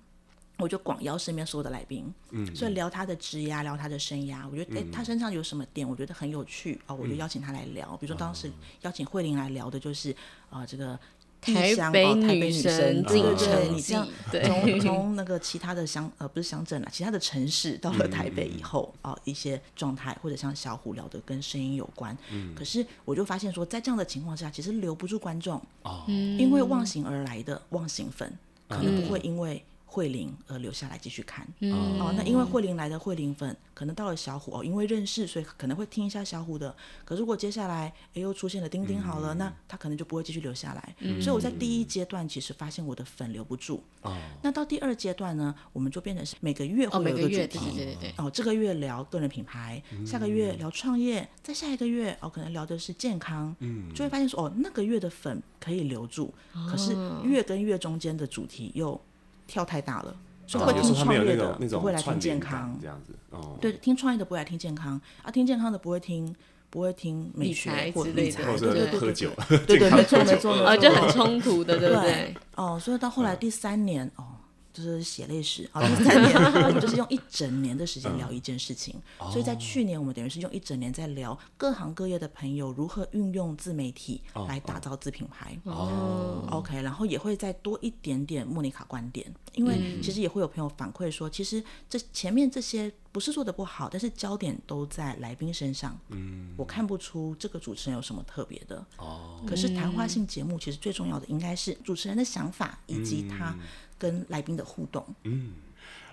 [SPEAKER 1] 我就广邀身边所有的来宾，嗯，所以聊他的职涯，聊他的生涯，我觉得哎、诶他身上有什么点，我觉得很有趣哦，我就邀请他来聊。比如说当时邀请慧玲来聊的就是啊、呃这个。异乡
[SPEAKER 3] 北
[SPEAKER 1] 哦、台北
[SPEAKER 3] 女
[SPEAKER 1] 女
[SPEAKER 3] 神
[SPEAKER 1] 神，对
[SPEAKER 3] 进
[SPEAKER 1] 对对，
[SPEAKER 3] 城
[SPEAKER 1] 你这样
[SPEAKER 3] 记对
[SPEAKER 1] 从从那个其他的乡呃不是乡镇了，其他的城市到了台北以后啊、一些状态或者像小虎聊的跟声音有关，可是我就发现说，在这样的情况下，其实留不住观众，因为忘形而来的忘形粉，可能不会因为慧玲而留下来继续看。
[SPEAKER 3] 嗯
[SPEAKER 1] 哦，那因为慧玲来的慧玲粉，可能到了小虎哦，因为认识，所以可能会听一下小虎的。可如果接下来诶又出现了丁丁好了，那他可能就不会继续留下来。
[SPEAKER 3] 嗯
[SPEAKER 1] 所以我在第一阶段其实发现我的粉留不住。
[SPEAKER 2] 哦
[SPEAKER 1] 那到第二阶段呢，我们就变成是每个月
[SPEAKER 3] 哦，
[SPEAKER 1] 会
[SPEAKER 3] 每
[SPEAKER 1] 有
[SPEAKER 3] 个
[SPEAKER 1] 一
[SPEAKER 3] 月
[SPEAKER 1] 个
[SPEAKER 3] 对
[SPEAKER 1] 主
[SPEAKER 3] 对
[SPEAKER 1] 题。
[SPEAKER 3] 对对对，
[SPEAKER 1] 哦，这个月聊个人品牌，
[SPEAKER 2] 嗯
[SPEAKER 1] 下个月聊创业，再下一个月哦，可能聊的是健康，
[SPEAKER 2] 嗯
[SPEAKER 1] 就会发现说哦，那个月的粉可以留住，
[SPEAKER 3] 哦
[SPEAKER 1] 可是月跟月中间的主题又跳太大了，所以
[SPEAKER 2] 哦
[SPEAKER 1] 会
[SPEAKER 2] 就是
[SPEAKER 1] 听
[SPEAKER 2] 他没
[SPEAKER 1] 创
[SPEAKER 2] 有
[SPEAKER 1] 业
[SPEAKER 2] 那
[SPEAKER 1] 的
[SPEAKER 2] 种那
[SPEAKER 1] 不会
[SPEAKER 2] 种
[SPEAKER 1] 来听
[SPEAKER 2] 串
[SPEAKER 1] 健
[SPEAKER 2] 联感
[SPEAKER 1] 康，
[SPEAKER 2] 这样子，哦，
[SPEAKER 1] 对，听创业的不会来听健康啊，听健康的不会听。不会听美
[SPEAKER 3] 理
[SPEAKER 1] 学
[SPEAKER 3] 财
[SPEAKER 1] 或
[SPEAKER 3] 之
[SPEAKER 1] 理
[SPEAKER 3] 类
[SPEAKER 1] 财，
[SPEAKER 3] 的
[SPEAKER 2] 或
[SPEAKER 1] 对
[SPEAKER 2] 者
[SPEAKER 1] 对对
[SPEAKER 2] 喝
[SPEAKER 1] 对
[SPEAKER 2] 酒
[SPEAKER 1] 对，对对，没错没错没
[SPEAKER 3] 哦，
[SPEAKER 1] 错，
[SPEAKER 3] 就很冲突的，对不对
[SPEAKER 1] 对？哦，所以到后来第三年哦，就是血泪史哦，嗯第三年 我们就是用一整年的时间聊一件事情，所以在去年我们等于是用一整年在聊各行各业的朋友如何运用自媒体来打造自品牌。
[SPEAKER 2] 哦，
[SPEAKER 1] OK，然后也会再多一点点莫妮卡观点，因为其实也会有朋友反馈说，其实这前面这些不是做的不好，但是焦点都在来宾身上，嗯，我看不出这个主持人有什么特别的，
[SPEAKER 2] 哦，
[SPEAKER 1] 可是谈
[SPEAKER 3] 嗯
[SPEAKER 1] 话性节目其实最
[SPEAKER 2] 嗯
[SPEAKER 3] 嗯
[SPEAKER 1] 重要的应该是主持人的想法以及他跟来宾的互动。
[SPEAKER 2] 哎、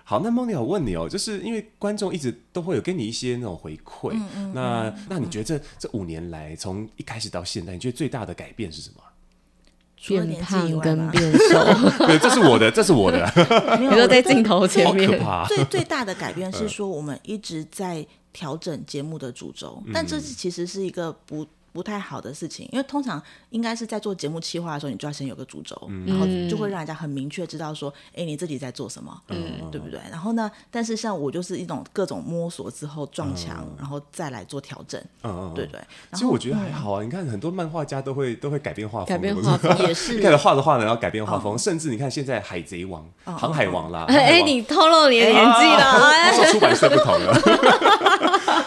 [SPEAKER 2] 好，那梦妮，我问你哦，就是因为观众一直都会有给你一些那种回馈，那那你觉得这这五年来，从一开始到现在，你觉得最大的改变是什么？
[SPEAKER 1] 除了
[SPEAKER 3] 变
[SPEAKER 1] 年纪以
[SPEAKER 3] 胖
[SPEAKER 1] 外
[SPEAKER 3] 跟
[SPEAKER 1] 吗？
[SPEAKER 3] 变瘦，
[SPEAKER 2] 对，这是我的，这是我 的，
[SPEAKER 1] 没
[SPEAKER 3] 你
[SPEAKER 1] 有
[SPEAKER 3] 说
[SPEAKER 1] 我觉
[SPEAKER 3] 在
[SPEAKER 1] 得
[SPEAKER 3] 镜头前
[SPEAKER 2] 好可
[SPEAKER 3] 面，
[SPEAKER 2] 怕。
[SPEAKER 1] 最最大的改变
[SPEAKER 2] 嗯
[SPEAKER 1] 是说，我们一直在调整节目的主轴，
[SPEAKER 2] 嗯
[SPEAKER 1] 但这是其实是一个不。不太好的事情，因为通常应该是在做节目企划的时候，你就要先有个主轴，
[SPEAKER 2] 嗯
[SPEAKER 1] 然后
[SPEAKER 3] 嗯
[SPEAKER 1] 就会让人家很明确知道说，哎、你自己在做什么，
[SPEAKER 3] 嗯
[SPEAKER 2] 嗯
[SPEAKER 1] 对不对？然后呢，但是像我就是一种各种摸索之后撞墙，然后再来做调整，
[SPEAKER 2] 嗯嗯嗯，
[SPEAKER 1] 对不对。
[SPEAKER 2] 其
[SPEAKER 1] 然
[SPEAKER 2] 实
[SPEAKER 1] 后
[SPEAKER 2] 我觉得还好啊，你看很多漫画家都会都会改变画风，
[SPEAKER 3] 改变
[SPEAKER 2] 不是
[SPEAKER 3] 画风
[SPEAKER 1] 也是
[SPEAKER 2] 一开始画着画着，然后改变画风，甚至你看现在《海贼王》《航海王》啦，《航海
[SPEAKER 3] 哎，
[SPEAKER 2] 王
[SPEAKER 3] 你透露你的年
[SPEAKER 2] 啊
[SPEAKER 3] 纪了，
[SPEAKER 2] 啊
[SPEAKER 3] 哎
[SPEAKER 2] 出出版社不同了。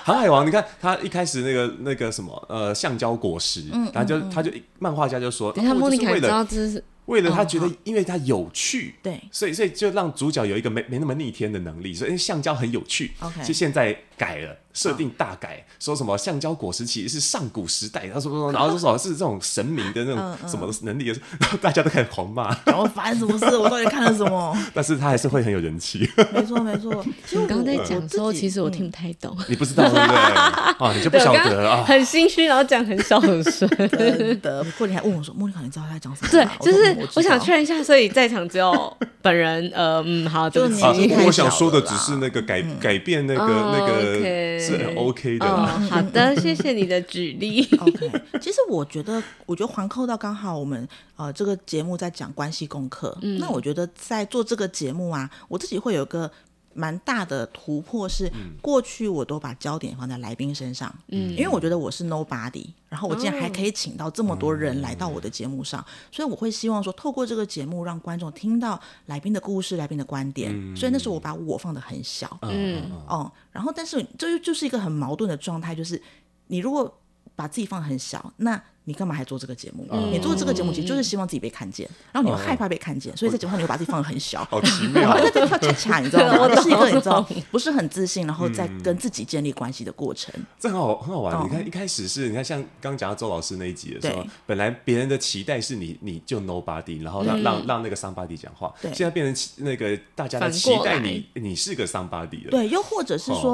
[SPEAKER 2] 航海王，你看他一开始那个那个什么呃橡胶果实，然后就他就漫画家就说，
[SPEAKER 3] 等一下，
[SPEAKER 2] 啊我
[SPEAKER 3] 哎莫
[SPEAKER 2] 就
[SPEAKER 3] 妮
[SPEAKER 2] 是
[SPEAKER 3] 卡
[SPEAKER 2] 为
[SPEAKER 3] 知道
[SPEAKER 2] 了
[SPEAKER 3] 这是
[SPEAKER 2] 为了他
[SPEAKER 1] 嗯
[SPEAKER 2] 觉得
[SPEAKER 1] 好，
[SPEAKER 2] 因为他有趣，
[SPEAKER 1] 对
[SPEAKER 2] 所以所以就让主角有一个没没那么逆天的能力，所以哎橡胶很有趣。
[SPEAKER 1] OK
[SPEAKER 2] 其实现在改了设定大改，说什么橡胶果实其实是上古时代，然后什么什么，然后说什么是这种神明的那种什么能力，然后大家都开始狂骂，
[SPEAKER 1] 然后发生什么事？我到底看了什么？
[SPEAKER 2] 但是他还是会很有人气。
[SPEAKER 1] 没错，没错。其实
[SPEAKER 3] 你刚刚在
[SPEAKER 1] 我
[SPEAKER 3] 讲的时候，其实我。
[SPEAKER 1] 我自己嗯
[SPEAKER 3] 听不太懂，
[SPEAKER 2] 你不知道对不对？啊，你就不晓
[SPEAKER 3] 我刚
[SPEAKER 2] 得
[SPEAKER 3] 刚
[SPEAKER 2] 啊。
[SPEAKER 3] 很心虚，然后讲很小 很顺。
[SPEAKER 1] 真的，不呃过你还问我说，莫妮卡，你知道他在讲什么
[SPEAKER 3] 对
[SPEAKER 1] 吗？，
[SPEAKER 3] 就是
[SPEAKER 1] 我说
[SPEAKER 3] 我想
[SPEAKER 1] 知道
[SPEAKER 3] 确认一下，所以在场只有本人，呃，嗯，好，对不
[SPEAKER 1] 就
[SPEAKER 3] 起
[SPEAKER 1] 你
[SPEAKER 2] 啊
[SPEAKER 1] 已经太小了，啦
[SPEAKER 2] 我想说的只是那个改改变那个
[SPEAKER 3] 哦
[SPEAKER 2] 那个
[SPEAKER 3] OK
[SPEAKER 2] 是很 OK 的
[SPEAKER 3] 哦
[SPEAKER 2] 啦。，
[SPEAKER 3] 好
[SPEAKER 1] 嗯
[SPEAKER 3] 的，谢谢你的举 例。
[SPEAKER 1] OK，其实我觉得，我觉得环扣到刚好我们呃这个节目在讲关系功课，那我觉得在做这个节目啊，我自己会有个。蛮大的突破是，过去我都把焦点放在来宾身上，嗯，因为我觉得我是 nobody，然后我竟然还可以请到这么多人来到我的节目上，所以我会希望说，透过这个节目让观众听到来宾的故事、来宾的观点，所以那时候我把我放得很小，
[SPEAKER 2] 嗯，
[SPEAKER 1] 哦，然后但是这就就是一个很矛盾的状态，就是你如果把自己放得很小，那你干嘛还做这个节目？
[SPEAKER 3] 嗯
[SPEAKER 1] 你做这个节目其实就是希望自己被看见，然后你又害怕被看见，所以在节目上你会把自己放得很 小。
[SPEAKER 2] 好奇妙
[SPEAKER 1] 而。且这跳恰恰，你知道
[SPEAKER 3] 我
[SPEAKER 1] 吗？
[SPEAKER 3] 懂
[SPEAKER 1] 这是一个你知道 不是很自信，然后再跟自己建立关系的过程。
[SPEAKER 3] 嗯
[SPEAKER 2] 这很好，很好
[SPEAKER 3] 哦
[SPEAKER 2] 玩。
[SPEAKER 1] 懂
[SPEAKER 2] 你看一开始是，你看像刚讲到周老师那一集的时候
[SPEAKER 1] 对，
[SPEAKER 2] 本来别人的期待是你你就 nobody，然后
[SPEAKER 3] 嗯
[SPEAKER 2] 让、让让那个 somebody 讲话，
[SPEAKER 1] 对
[SPEAKER 2] 现在变成期那个大家的
[SPEAKER 3] 反
[SPEAKER 2] 期
[SPEAKER 3] 过
[SPEAKER 2] 待
[SPEAKER 3] 来
[SPEAKER 2] 你你是个 somebody 了。
[SPEAKER 1] 对，又或者是说，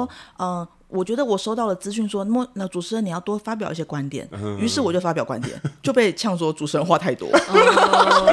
[SPEAKER 1] 嗯、
[SPEAKER 3] 哦
[SPEAKER 1] 我觉得我收到了资讯说，莫那主持人你要多发表一些观点，
[SPEAKER 3] 嗯
[SPEAKER 1] 于是我就发表观 点，就被呛说主持人话太多。
[SPEAKER 3] 哦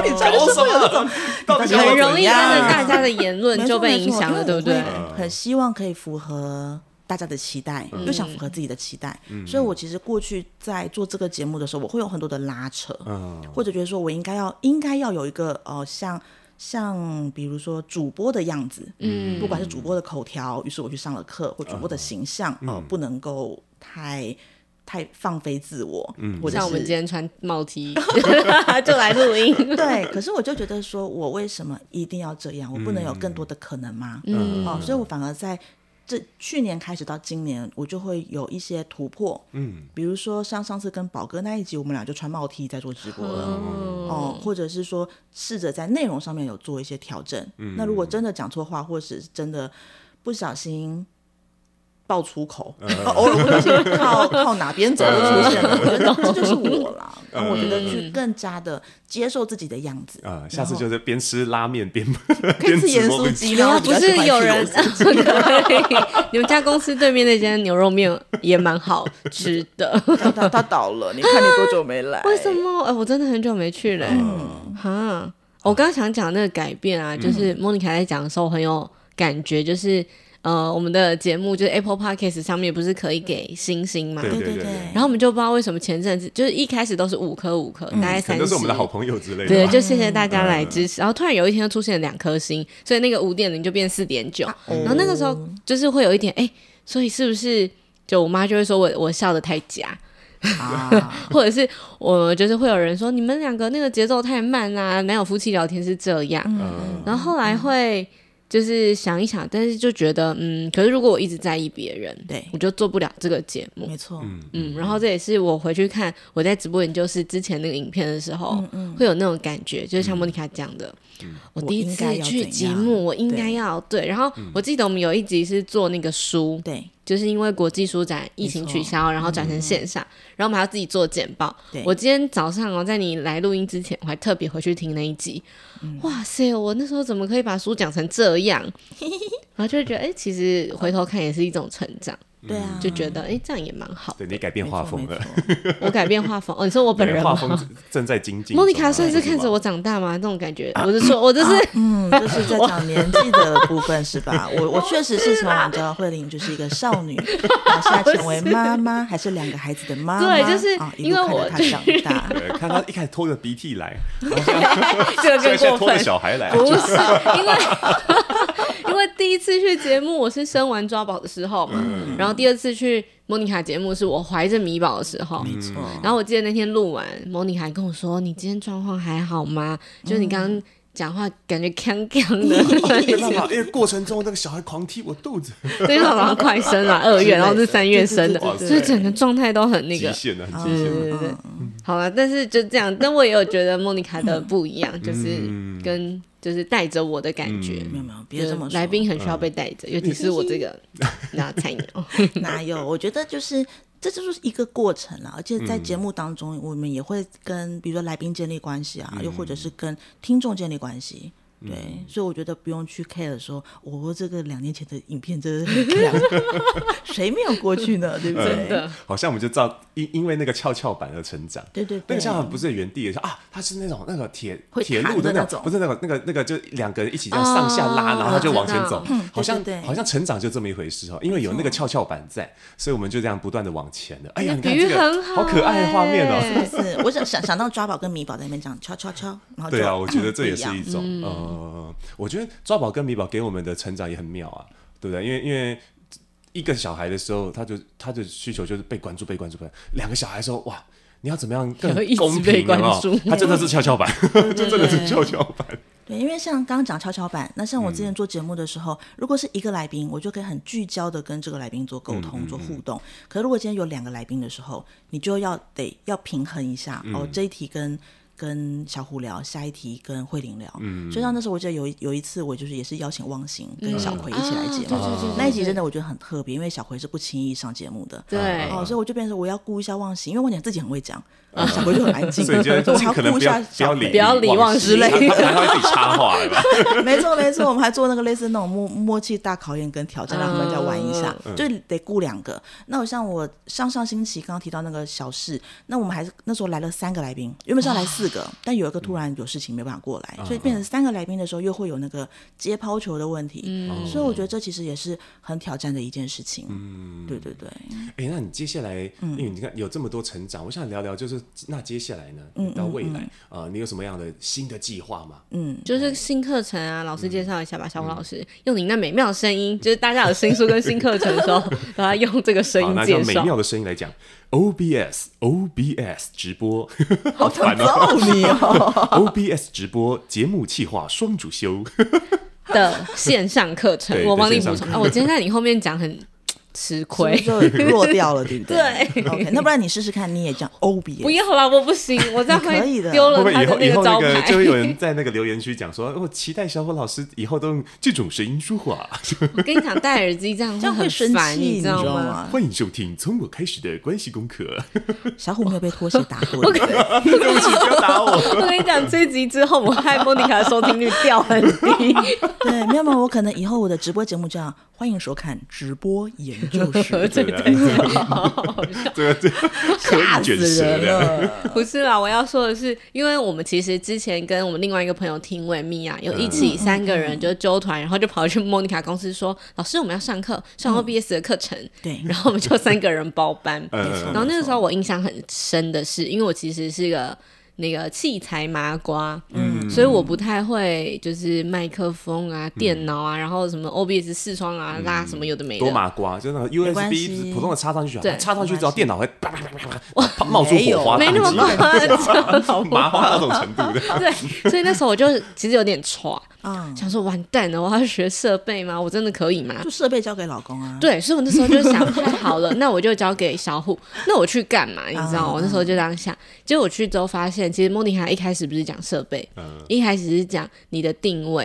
[SPEAKER 1] 你知道就是会有这种
[SPEAKER 2] 到底
[SPEAKER 1] 你到底要
[SPEAKER 2] 要
[SPEAKER 3] 很
[SPEAKER 1] 怎
[SPEAKER 3] 容易跟
[SPEAKER 1] 样
[SPEAKER 3] 着大家的言论
[SPEAKER 1] 没
[SPEAKER 3] 就
[SPEAKER 1] 错
[SPEAKER 3] 被
[SPEAKER 1] 没
[SPEAKER 3] 影
[SPEAKER 1] 错
[SPEAKER 3] 响了，
[SPEAKER 1] 因为
[SPEAKER 3] 对不
[SPEAKER 1] 我
[SPEAKER 3] 对
[SPEAKER 1] 会？很很希望可以符合大家的期待，
[SPEAKER 3] 嗯
[SPEAKER 1] 又想符合自己的期待，所以我其实过去在做这个节目的时候，我会有很多的拉扯，
[SPEAKER 2] 嗯
[SPEAKER 1] 或者觉得说我应该要应该要有一个呃像。像比如说主播的样子，嗯，不管是主播的口条，于是我去上了课，或主播的形象，哦、不能够太太放飞自我，嗯，或者
[SPEAKER 3] 像
[SPEAKER 1] 是
[SPEAKER 3] 我们今天穿帽 T 就来录 音，
[SPEAKER 1] 对，可是我就觉得说，我为什么一定要这样？我不能有更多的可能吗？嗯，哦，所以我反而在这去年开始到今年，我就会有一些突破。嗯，比如说像上次跟宝哥那一集，我们俩就穿帽 T 在做直播
[SPEAKER 2] 嗯
[SPEAKER 1] 了。
[SPEAKER 3] 嗯
[SPEAKER 1] 哦、或者是说试着在内容上面有做一些调整。
[SPEAKER 2] 嗯
[SPEAKER 1] 那如果真的讲错话，或是真的不小心。爆粗口，
[SPEAKER 2] 嗯
[SPEAKER 1] 偶尔会不小心靠 靠哪边走的出现，我觉得这就是我啦。 然后我觉得
[SPEAKER 3] 嗯
[SPEAKER 1] 去更加的接受自己的样子
[SPEAKER 2] 啊、下次就是边吃拉面 边
[SPEAKER 1] 可以
[SPEAKER 2] 边
[SPEAKER 1] 吃
[SPEAKER 2] 直
[SPEAKER 1] 盐
[SPEAKER 2] 播
[SPEAKER 1] 酥
[SPEAKER 2] 边
[SPEAKER 1] 鸡
[SPEAKER 3] 没有
[SPEAKER 1] 吗？
[SPEAKER 3] 不是有人 对，你们家公司对面那间牛肉面也蛮好吃 的，
[SPEAKER 1] 他他他倒了，你看你多久没来？
[SPEAKER 3] 为什？么？哎，我真的很久没去了、
[SPEAKER 2] 嗯
[SPEAKER 3] 哈，我刚刚想讲那个改变啊，就是莫妮卡在讲的时候很有感觉，就是呃，我们的节目就是 Apple Podcast 上面不是可以给星星嘛？
[SPEAKER 2] 对
[SPEAKER 1] 对对
[SPEAKER 2] 对
[SPEAKER 1] 对
[SPEAKER 2] 对
[SPEAKER 1] 对。
[SPEAKER 3] 然后我们就不知道为什么前阵子就是一开始都是五颗五颗，大
[SPEAKER 2] 嗯
[SPEAKER 3] 概
[SPEAKER 2] 可
[SPEAKER 3] 三
[SPEAKER 2] 能都
[SPEAKER 3] 十。
[SPEAKER 2] 是我们的好朋友之类的吧。
[SPEAKER 3] 对，就谢
[SPEAKER 2] 嗯
[SPEAKER 3] 谢大家来支持。然后突然有一天就出现两颗星，所以那个五点零就变四点
[SPEAKER 2] 啊
[SPEAKER 3] 九。然后那个时候
[SPEAKER 2] 哦
[SPEAKER 3] 就是会有一点，哎、所以是不是就我妈就会说我我笑的太假，
[SPEAKER 1] 啊，
[SPEAKER 3] 或者是我就是会有人说你们两个那个节奏太慢啊，哪有夫妻聊天是这样？
[SPEAKER 2] 嗯，
[SPEAKER 3] 然后后来会就是想一想，但是就觉得嗯，可是如果我一直在意别人，
[SPEAKER 1] 对
[SPEAKER 3] 我就做不了这个节目。
[SPEAKER 1] 没错，
[SPEAKER 3] 嗯，然后这也是我回去看我在直播研究室之前那个影片的时候，
[SPEAKER 1] 嗯
[SPEAKER 3] 会有那种感觉，就是像莫妮卡讲的，我第一次
[SPEAKER 1] 我应该要
[SPEAKER 3] 去
[SPEAKER 1] 怎
[SPEAKER 3] 节
[SPEAKER 1] 样嗯
[SPEAKER 3] 目，我应该要对然后我记得我们有一集是做那个书，
[SPEAKER 1] 对，
[SPEAKER 3] 就是因为国际书展疫情
[SPEAKER 1] 没错嗯
[SPEAKER 3] 取消，然后转成线上，然后我们还要自己做简报
[SPEAKER 1] 对。
[SPEAKER 3] 我今天早上哦，在你来录音之前，我还特别回去听那一集。
[SPEAKER 1] 嗯
[SPEAKER 3] 哇塞，我那时候怎么可以把书讲成这 样？然后就会觉得，哎、其实回头看也是一种成长，
[SPEAKER 1] 对啊，
[SPEAKER 3] 就觉得，哎、这样也蛮好。
[SPEAKER 2] 对你改变
[SPEAKER 1] 没
[SPEAKER 2] 画
[SPEAKER 1] 错
[SPEAKER 2] 风
[SPEAKER 1] 没
[SPEAKER 2] 了，
[SPEAKER 1] 错，
[SPEAKER 3] 我改变画风，哦，你说我本
[SPEAKER 2] 你
[SPEAKER 3] 人
[SPEAKER 2] 的画
[SPEAKER 3] 吗？
[SPEAKER 2] 风正正在精进中啊。
[SPEAKER 3] 莫妮卡算是看着我
[SPEAKER 2] 吧，
[SPEAKER 3] 长大吗？那种感
[SPEAKER 2] 啊
[SPEAKER 3] 觉，我是 说，我就是
[SPEAKER 1] 嗯，就是在讲年纪的部分是吧？我我确实是从小知道慧玲就是一个少 女，然后现在成为妈妈，还是两个孩子的妈妈，
[SPEAKER 3] 对就是
[SPEAKER 1] 啊一
[SPEAKER 3] 因为
[SPEAKER 1] 路看
[SPEAKER 3] 我
[SPEAKER 1] 着她长大，
[SPEAKER 2] 对，看他一开始拖着鼻涕来，现
[SPEAKER 3] 这个
[SPEAKER 2] 在
[SPEAKER 3] 更
[SPEAKER 2] 现在
[SPEAKER 3] 过
[SPEAKER 2] 拖着
[SPEAKER 3] 分，
[SPEAKER 2] 小孩来，
[SPEAKER 3] 不是因为 因为第一次去节目我是生完抓宝的时候嘛，
[SPEAKER 2] 嗯
[SPEAKER 3] 然后第二次去莫妮卡节目是我怀着米宝的时候。
[SPEAKER 2] 嗯
[SPEAKER 1] 没错，
[SPEAKER 3] 然后我记得那天录完，莫妮卡还跟我说：“你今天状况还好吗？”就是你刚刚讲话感觉锵锵的，
[SPEAKER 2] 没办法，因为过程中那个小孩狂踢我肚子，
[SPEAKER 3] 对，好像快生了，二月，然后是三月生的
[SPEAKER 1] 对，
[SPEAKER 2] 对对对
[SPEAKER 3] 所以整个状态都很那
[SPEAKER 2] 极
[SPEAKER 3] 个。
[SPEAKER 2] 限了，很
[SPEAKER 1] 嗯
[SPEAKER 2] 极限啊了。
[SPEAKER 3] 对对对
[SPEAKER 1] 嗯嗯
[SPEAKER 3] 好了，但是就 这样，但我也有觉得莫妮卡的不一样，就是
[SPEAKER 2] 嗯
[SPEAKER 3] 跟就是带着我的感觉。
[SPEAKER 1] 没有没有，别这么
[SPEAKER 3] 就
[SPEAKER 1] 说，
[SPEAKER 3] 来宾很需要被带着，
[SPEAKER 2] 嗯
[SPEAKER 3] 尤其是我 这个那菜鸟。
[SPEAKER 1] 哪有？我觉得就是这就是一个过程啦，而且在
[SPEAKER 3] 嗯
[SPEAKER 1] 节目当中，我们也会跟比如说来宾建立关系啊，又或者
[SPEAKER 3] 嗯
[SPEAKER 1] 是跟听众建立关系。对，所以我觉得不用去 care 说，我、这个两年前的影片真的很强， 谁没有过去呢？对不
[SPEAKER 3] 真
[SPEAKER 1] 对？
[SPEAKER 3] 的
[SPEAKER 2] 好像我们就照因因为那个跷跷板而成长。
[SPEAKER 1] 对对对
[SPEAKER 2] 那个跷跷板不是原地的啊，它是那种那个铁
[SPEAKER 1] 会
[SPEAKER 2] 铁
[SPEAKER 1] 弹
[SPEAKER 2] 路的
[SPEAKER 1] 的那
[SPEAKER 2] 种，
[SPEAKER 1] 种
[SPEAKER 2] 不是那个那个那个，就两个人一起这样上下拉，
[SPEAKER 3] 哦
[SPEAKER 2] 然后就往前走
[SPEAKER 3] 我，
[SPEAKER 2] 好像
[SPEAKER 1] 对对对
[SPEAKER 2] 好像成长就这么一回事哦。因为有那个跷跷板在，所以我们就这样不断的往前的。哎呀，你看
[SPEAKER 3] 比
[SPEAKER 2] 这
[SPEAKER 3] 喻
[SPEAKER 2] 个
[SPEAKER 3] 很好
[SPEAKER 2] 可爱的画面
[SPEAKER 1] 哎
[SPEAKER 3] 欸
[SPEAKER 2] 哦。
[SPEAKER 1] 是，我想想想到抓宝跟米宝在那边讲敲敲敲，然后就
[SPEAKER 2] 对啊，我觉得
[SPEAKER 1] 不
[SPEAKER 2] 这也
[SPEAKER 1] 一
[SPEAKER 2] 是
[SPEAKER 1] 样
[SPEAKER 2] 一种
[SPEAKER 3] 嗯
[SPEAKER 2] 呃，我觉得抓宝跟米宝给我们的成长也很妙啊，对不对？因为因为。一个小孩的时候，他就他的需求就是被关注，被关注，被关注两个小孩的时候，哇，你要怎么样更
[SPEAKER 3] 要一直
[SPEAKER 2] 公平？
[SPEAKER 3] 被
[SPEAKER 2] 有没有
[SPEAKER 3] 关注
[SPEAKER 2] 他真的是跷跷板， 这真的是跷跷板。
[SPEAKER 1] 对，因为像刚刚讲跷跷板，那像我
[SPEAKER 2] 嗯
[SPEAKER 1] 之前做节目的时候，如果是一个来宾，我就可以很聚焦的跟这个来宾做沟
[SPEAKER 2] 嗯
[SPEAKER 1] 通、做互动。可如果今天有两个来宾的时候，你就要得要平衡一下、
[SPEAKER 2] 嗯
[SPEAKER 1] 哦，这一题跟。跟小胡聊，下一题跟慧玲聊，嗯，所以像那时候我记得有一有一次，我就是也是邀请汪行跟小葵一起来节目，
[SPEAKER 3] 嗯啊对对对对
[SPEAKER 1] 那一集真的我觉得很特别，因为小葵是不轻易上节目的，
[SPEAKER 3] 对，
[SPEAKER 1] 哦，所以我就变成我要顾一下忘形，因为忘形自己很会讲，然后小葵就很安静，
[SPEAKER 2] 所以你觉
[SPEAKER 1] 所
[SPEAKER 2] 得
[SPEAKER 1] 以我还
[SPEAKER 2] 尽可能
[SPEAKER 1] 顾一
[SPEAKER 2] 不要
[SPEAKER 1] 下
[SPEAKER 2] 不
[SPEAKER 1] 小
[SPEAKER 2] 要
[SPEAKER 1] 葵
[SPEAKER 2] 理
[SPEAKER 3] 不要理忘之类
[SPEAKER 2] 他
[SPEAKER 3] 的
[SPEAKER 2] 他他会自己插话， 对吧
[SPEAKER 1] 没错没错，我们还做那个类似那种默默契大考验跟挑战，让他们再玩一下，
[SPEAKER 2] 嗯
[SPEAKER 1] 就得顾两个。那我像我上上星期刚刚提到那个小事，那我们还是那时候来了三个来宾，原本是要来四
[SPEAKER 2] 啊
[SPEAKER 1] 个，但有一个突然有事情没办法过来，
[SPEAKER 2] 嗯
[SPEAKER 1] 所以变成三个来宾的时候又会有那个接抛球的问题，
[SPEAKER 2] 嗯
[SPEAKER 1] 所以我觉得这其实也是很挑战的一件事情。嗯，对对对，
[SPEAKER 2] 哎、那你接下来，
[SPEAKER 3] 嗯
[SPEAKER 2] 因为你看有这么多成长，我想聊聊，就是那接下来呢，
[SPEAKER 3] 嗯
[SPEAKER 2] 到未来啊、呃你有什么样的新的计划吗？
[SPEAKER 1] 嗯
[SPEAKER 3] 就是新课程啊，老师介绍一下吧，小虎老
[SPEAKER 2] 嗯
[SPEAKER 3] 师，用你那美妙的声音，就是大家有新书跟新课程的 时候，然后用这个声
[SPEAKER 2] 好，
[SPEAKER 3] 音
[SPEAKER 2] 那用
[SPEAKER 3] 介
[SPEAKER 2] 美
[SPEAKER 3] 绍。
[SPEAKER 2] 妙的声音来讲，OBS OBS 直播，好
[SPEAKER 1] 想
[SPEAKER 2] 烦哦、
[SPEAKER 1] 揍你哦！
[SPEAKER 2] OBS 直播节目企划双主 修，
[SPEAKER 3] 的线上课程
[SPEAKER 2] 对，
[SPEAKER 3] 我帮你
[SPEAKER 2] 的线
[SPEAKER 3] 补
[SPEAKER 2] 上
[SPEAKER 3] 充
[SPEAKER 2] 课。
[SPEAKER 3] 啊，我今天在你后面讲很吃亏，
[SPEAKER 1] 是不是就弱掉了，对不对？
[SPEAKER 3] 对
[SPEAKER 1] OK，那不然你试试看，你也哦讲 O B，
[SPEAKER 3] 不要啦，我不行，我这样
[SPEAKER 1] 你可以
[SPEAKER 3] 会
[SPEAKER 1] 的
[SPEAKER 3] 丢
[SPEAKER 2] 会
[SPEAKER 3] 了
[SPEAKER 2] 不会
[SPEAKER 3] 他
[SPEAKER 2] 以
[SPEAKER 3] 的
[SPEAKER 2] 后以后
[SPEAKER 3] 招
[SPEAKER 2] 那个就
[SPEAKER 3] 牌。
[SPEAKER 2] 会有人在那个留言区讲说，我哦期待小虎老师以后都用这种声音说 话。
[SPEAKER 3] 我跟你讲，戴耳机这样
[SPEAKER 1] 这样会
[SPEAKER 3] 很
[SPEAKER 1] 生
[SPEAKER 3] 烦，
[SPEAKER 1] 气，你
[SPEAKER 3] 知道吗？？
[SPEAKER 2] 欢迎收听从我开始的关系功课。
[SPEAKER 1] 小虎没有被拖鞋打 过，对不对
[SPEAKER 2] 对不起，不要打我。
[SPEAKER 3] 我跟你讲，这集之后，我害莫妮卡的收听率掉很低。
[SPEAKER 1] 对，没有没有，我可能以后我的直播节目叫“欢迎收看直播研究 室
[SPEAKER 3] 对对对，好好笑
[SPEAKER 2] 这个这个可”，
[SPEAKER 1] 吓
[SPEAKER 2] 以
[SPEAKER 1] 死
[SPEAKER 2] 卷舌
[SPEAKER 1] 人
[SPEAKER 2] 的。
[SPEAKER 1] 了。
[SPEAKER 3] 不是啦，我要说的是，因为我们其实之前跟我们另外一个朋友听维密啊，有一
[SPEAKER 1] 嗯
[SPEAKER 3] 起三个人就揪团，然后就跑去莫妮卡公司说，老师我们要上课，上 OBS 的课程，
[SPEAKER 1] 嗯对
[SPEAKER 3] 然后我们就三个人包班，
[SPEAKER 2] 嗯
[SPEAKER 1] 没错
[SPEAKER 3] 然后那个时候我印象很深的是，因为我其实是个那个器材麻瓜，嗯，所以我不太会就是麦克风
[SPEAKER 2] 嗯
[SPEAKER 3] 啊、电脑啊，然后什么 OBS 视窗啊、拉什么有的没的
[SPEAKER 2] 多。麻瓜，就那个
[SPEAKER 1] 关系
[SPEAKER 2] USB 普通的插上去就好，
[SPEAKER 3] 对
[SPEAKER 2] 插上去之后电脑会啪啪啪啪啪啪冒出火花，
[SPEAKER 3] 没那么
[SPEAKER 2] 打击
[SPEAKER 3] 夸张，好不
[SPEAKER 2] 麻
[SPEAKER 3] 好？
[SPEAKER 2] 花那种程 度的。
[SPEAKER 3] 对，所以那时候我就其实有点歘，
[SPEAKER 1] 嗯，
[SPEAKER 3] 想说完蛋了，我要学设备吗？我真的可以吗
[SPEAKER 1] 就？设备交给老公啊。
[SPEAKER 3] 对，所以我那时候就想，太好了，那我就交给小虎。那我去干嘛？你知道吗？
[SPEAKER 1] 嗯
[SPEAKER 3] 我那时候就这样想。结果我去之后发现，其实莫妮卡一开始不是讲设备，一开始是讲你的定位，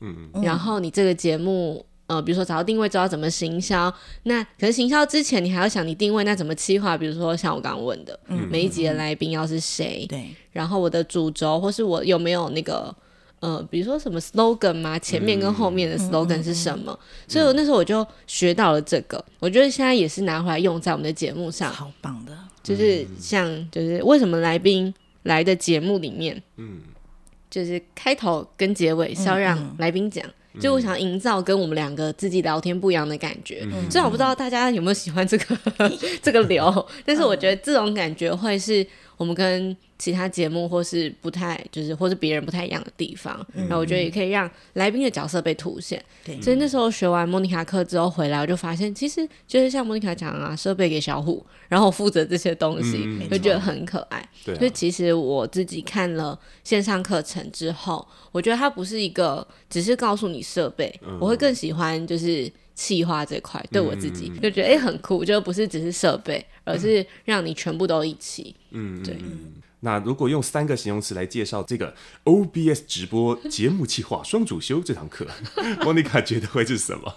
[SPEAKER 2] 呃嗯，
[SPEAKER 3] 然后你这个节目呃，比如说找到定位，知道怎么行销。那可是行销之前，你还要想你定位，那怎么企划？比如说像我刚刚问的，每一集的来宾要是谁，
[SPEAKER 1] 对，
[SPEAKER 3] 然后我的主轴，或是我有没有那个呃，比如说什么 slogan 吗？前面跟后面的 slogan 是什么？所以我那时候我就学到了这个，我觉得现在也是拿回来用在我们的节目上，
[SPEAKER 1] 好棒的，
[SPEAKER 3] 就是像就是为什么来宾来的节目里面，嗯，就是开头跟结尾是要让来宾讲。就我想营造跟我们两个自己聊天不一样的感觉，虽然我不知道大家有没有喜欢这个 这个流，但是我觉得这种感觉会是我们跟其他节目或是不太就是或是别人不太一样的地方。然后我觉得也可以让来宾的角色被凸显。
[SPEAKER 1] 对
[SPEAKER 3] 所以那时候学完莫妮卡课之后回来，我就发现其实就是像莫妮卡讲啊，设备给小虎，然后我负责这些东西，
[SPEAKER 2] 嗯嗯
[SPEAKER 3] 就觉得很可爱。
[SPEAKER 2] 对啊
[SPEAKER 3] 所以其实我自己看了线上课程之后，我觉得它不是一个只是告诉你设备，
[SPEAKER 2] 嗯
[SPEAKER 3] 我会更喜欢就是企划这块，对我自己、
[SPEAKER 2] 嗯
[SPEAKER 3] 就觉得哎、诶很酷，就不是只是设备，而是让你全部都一起。
[SPEAKER 2] 嗯，
[SPEAKER 3] 对
[SPEAKER 2] 嗯那如果用三个形容词来介绍这个 OBS 直播节目企划双主修这堂 课，Monica 觉得会是什么？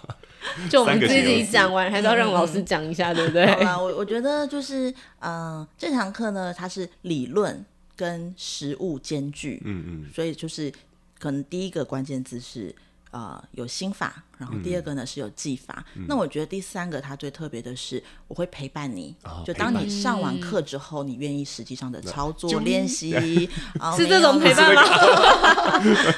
[SPEAKER 1] 嗯
[SPEAKER 3] 就我们
[SPEAKER 2] 三个
[SPEAKER 3] 自
[SPEAKER 2] 形容
[SPEAKER 3] 己
[SPEAKER 2] 词
[SPEAKER 3] 讲完，还是要让老师讲一下，对不对？
[SPEAKER 1] 好啦，我我觉得就是，嗯、这堂课呢，它是理论跟实物兼具，
[SPEAKER 2] 嗯嗯
[SPEAKER 1] 所以就是可能第一个关键字是呃有心法，然后第二个
[SPEAKER 2] 嗯
[SPEAKER 1] 呢、是有技法。那我觉得第三个它最特别的是，我会陪伴你，
[SPEAKER 2] 哦
[SPEAKER 1] 就
[SPEAKER 2] 陪
[SPEAKER 1] 当
[SPEAKER 2] 伴
[SPEAKER 1] 你上完课之后，你愿意实际上的操
[SPEAKER 2] 就
[SPEAKER 1] 作
[SPEAKER 2] 你
[SPEAKER 1] 练 习，啊
[SPEAKER 3] 是这种陪伴吗？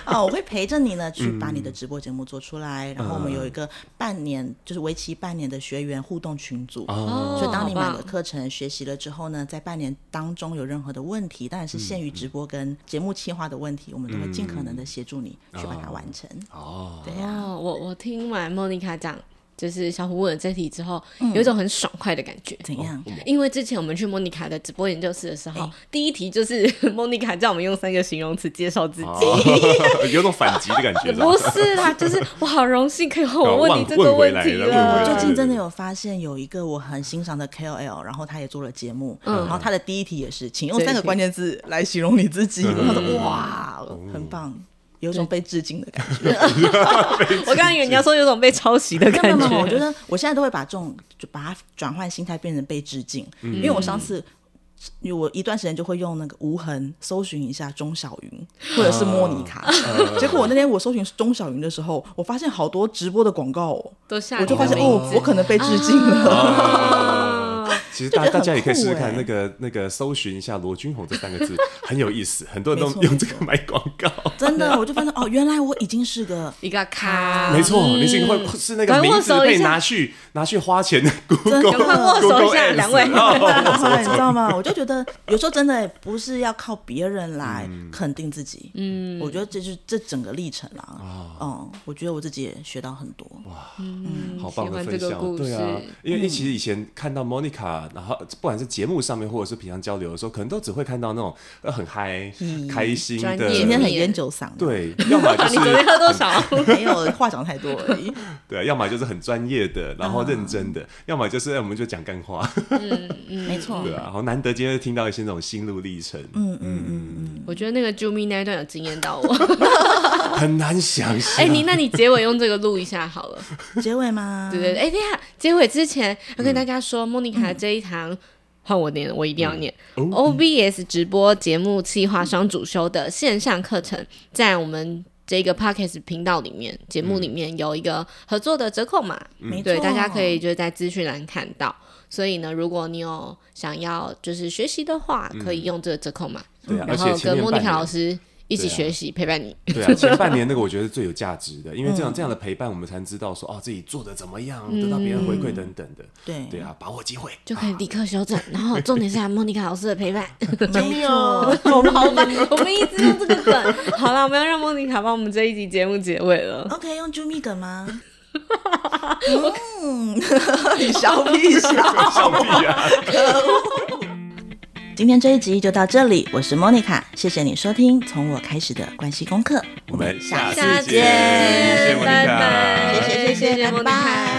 [SPEAKER 1] 啊，我会陪着你 呢，去把你
[SPEAKER 2] 嗯
[SPEAKER 1] 的直播节目做出来。然后我们有一个半年，就是为期半年的学员互动群组。
[SPEAKER 2] 哦
[SPEAKER 1] 所以当你
[SPEAKER 3] 好
[SPEAKER 1] 买
[SPEAKER 3] 棒
[SPEAKER 1] 了课程学习了之后呢，在半年当中有任何的问题，当然是限于直播跟节目企划的问题，我们都会尽可能的协助你去把它完成。
[SPEAKER 2] 嗯哦，
[SPEAKER 1] 对呀、
[SPEAKER 3] 哦，我我听完莫妮卡讲，就是小虎问了这题之后，
[SPEAKER 1] 嗯
[SPEAKER 3] 有一种很爽快的感觉。
[SPEAKER 1] 怎
[SPEAKER 2] 哦
[SPEAKER 1] 样？
[SPEAKER 3] 因为之前我们去莫妮卡的直播研究室的时
[SPEAKER 1] 哎
[SPEAKER 3] 候，第一题就是 莫妮卡叫我们用三个形容词介绍自己。
[SPEAKER 2] 哦 有种反击的感觉，
[SPEAKER 3] 不是啦，就是我好荣幸可以和我问你这个
[SPEAKER 2] 问回
[SPEAKER 3] 问
[SPEAKER 2] 来
[SPEAKER 3] 题
[SPEAKER 2] 了问回
[SPEAKER 1] 我
[SPEAKER 2] 来
[SPEAKER 1] 最
[SPEAKER 2] 了
[SPEAKER 1] 近真的有发现有一个我很欣赏的 KOL，然后他也做了节目，
[SPEAKER 2] 嗯
[SPEAKER 1] 然后他的第一题也是，请用
[SPEAKER 3] 这一
[SPEAKER 1] 三个
[SPEAKER 3] 题
[SPEAKER 1] 关键字来形容你自己。
[SPEAKER 2] 嗯
[SPEAKER 1] 然后我说哇，很棒，有种被致敬的感觉。
[SPEAKER 3] 我刚刚以为你要说有种被抄袭的
[SPEAKER 1] 没有
[SPEAKER 3] 感
[SPEAKER 1] 没有没有，我觉
[SPEAKER 3] 觉。
[SPEAKER 1] 得我现在都会把这种就把它转换心态，变成被致敬。因为我上次，因为我一段时间就会用那个无痕搜寻一下钟小云或者是莫妮卡，结果我那天我搜寻钟小云的时候，我发现好多直播的广告哦，
[SPEAKER 3] 都吓
[SPEAKER 1] 我就发现
[SPEAKER 3] 你的
[SPEAKER 1] 哦
[SPEAKER 3] 名，字
[SPEAKER 1] 我可能被致敬了。
[SPEAKER 2] 啊其实
[SPEAKER 1] 就觉
[SPEAKER 2] 大
[SPEAKER 1] 得
[SPEAKER 2] 大
[SPEAKER 1] 很
[SPEAKER 2] 家也可以试试
[SPEAKER 1] 酷
[SPEAKER 2] 看
[SPEAKER 1] 欸
[SPEAKER 2] 那个那个搜寻一下罗君红这三 个字，很有意思，很多人
[SPEAKER 1] 没
[SPEAKER 2] 都
[SPEAKER 1] 错
[SPEAKER 2] 用
[SPEAKER 1] 没
[SPEAKER 2] 这个买广告。
[SPEAKER 1] 真的，我就发现哦，原来我已经是个
[SPEAKER 3] 一个咖，
[SPEAKER 2] 没错，
[SPEAKER 3] 嗯
[SPEAKER 2] 你是会是那个
[SPEAKER 3] 赶快
[SPEAKER 2] 名字
[SPEAKER 3] 握手一
[SPEAKER 2] 可以
[SPEAKER 3] 下
[SPEAKER 2] 拿去拿去花钱的
[SPEAKER 1] 真
[SPEAKER 2] Google，
[SPEAKER 1] 的
[SPEAKER 3] 赶快握手一
[SPEAKER 2] Google
[SPEAKER 3] 下，
[SPEAKER 2] Ads 哦
[SPEAKER 3] 两位。
[SPEAKER 1] 然后你知道吗？我就觉得有时候真的不是要靠别人来肯定自己，嗯，我觉得这就是这整个历程啦。嗯，我觉得我自己也学到很多。
[SPEAKER 2] 好
[SPEAKER 3] 嗯喜
[SPEAKER 2] 棒的
[SPEAKER 3] 欢
[SPEAKER 2] 分
[SPEAKER 3] 这个
[SPEAKER 2] 享，
[SPEAKER 3] 故
[SPEAKER 2] 对
[SPEAKER 3] 事。嗯
[SPEAKER 2] 啊，因为其实以前看到 Monica，然后不管是节目上面或者是平常交流的时候，可能都只会看到那种呃很嗨、开心
[SPEAKER 3] 嗯专
[SPEAKER 2] 的，
[SPEAKER 3] 业
[SPEAKER 1] 今天很
[SPEAKER 3] 面
[SPEAKER 1] 烟酒嗓，，
[SPEAKER 2] 对，要么就
[SPEAKER 3] 啊 你昨
[SPEAKER 2] 是
[SPEAKER 3] 天喝多少？
[SPEAKER 1] 没有话讲太多而 已。
[SPEAKER 2] 对啊，要么就是很专业的，然后认真
[SPEAKER 3] 啊
[SPEAKER 2] 的，要么就是哎我们就讲干话，
[SPEAKER 3] 嗯
[SPEAKER 1] 没
[SPEAKER 3] 哦
[SPEAKER 1] 错
[SPEAKER 2] 对啊，好难得今天听到一些那种心路历程，
[SPEAKER 3] 嗯我觉得那个 Jumi 那一段有惊艳到我。
[SPEAKER 2] 很难想象。
[SPEAKER 3] 哎，你那你结尾用这个录一下好了。
[SPEAKER 1] 结尾吗？
[SPEAKER 3] 对对，对，哎、等一下结尾之前要
[SPEAKER 2] 嗯
[SPEAKER 3] 跟大家说，莫妮卡这一堂。换我念，我一定要念。
[SPEAKER 2] 嗯
[SPEAKER 3] OBS
[SPEAKER 2] 哦
[SPEAKER 3] 直播节目企划双主修的线上课程，在我们这个 Podcast 频道里面，节目里面有一个合作的折扣码，
[SPEAKER 2] 嗯
[SPEAKER 1] 没错，
[SPEAKER 3] 对，大家可以就是在资讯栏看到。所以呢，如果你有想要就是学习的话，可以用这个折扣码，
[SPEAKER 2] 对啊，而
[SPEAKER 3] 然
[SPEAKER 2] 且
[SPEAKER 3] 后
[SPEAKER 2] 前
[SPEAKER 3] 跟
[SPEAKER 2] 面
[SPEAKER 3] 莫妮
[SPEAKER 2] 半
[SPEAKER 3] 卡老
[SPEAKER 2] 年，
[SPEAKER 3] 师一起
[SPEAKER 2] 对啊
[SPEAKER 3] 学习，陪伴你。
[SPEAKER 2] 对啊，前半年那个我觉得最有价值的，因为这
[SPEAKER 3] 嗯
[SPEAKER 2] 样这样的陪伴，我们才能知道说哦自己做的怎么样，得到别人回馈等等的。
[SPEAKER 1] 对
[SPEAKER 2] 对啊，把握机会。
[SPEAKER 3] 就可以立刻修正，然后重点是还有啊莫妮卡老师的陪伴。
[SPEAKER 1] 没 错，
[SPEAKER 3] 我们好烦，我们一直用这个梗。好了，我们要让莫妮卡帮我们这一集节目结尾了。
[SPEAKER 1] OK，用朱咪梗 吗？嗯， 你笑屁笑！
[SPEAKER 2] 笑屁啊！
[SPEAKER 1] 今天这一集就到这里，我是 Monica，谢谢你收听《从我开始的关系功课》，
[SPEAKER 2] 我们下次
[SPEAKER 3] 下
[SPEAKER 2] 见，谢谢莫妮
[SPEAKER 3] 拜
[SPEAKER 2] 卡
[SPEAKER 3] 拜，
[SPEAKER 1] 谢谢谢谢
[SPEAKER 3] 莫
[SPEAKER 1] 拜
[SPEAKER 3] 妮
[SPEAKER 1] 拜
[SPEAKER 3] 卡。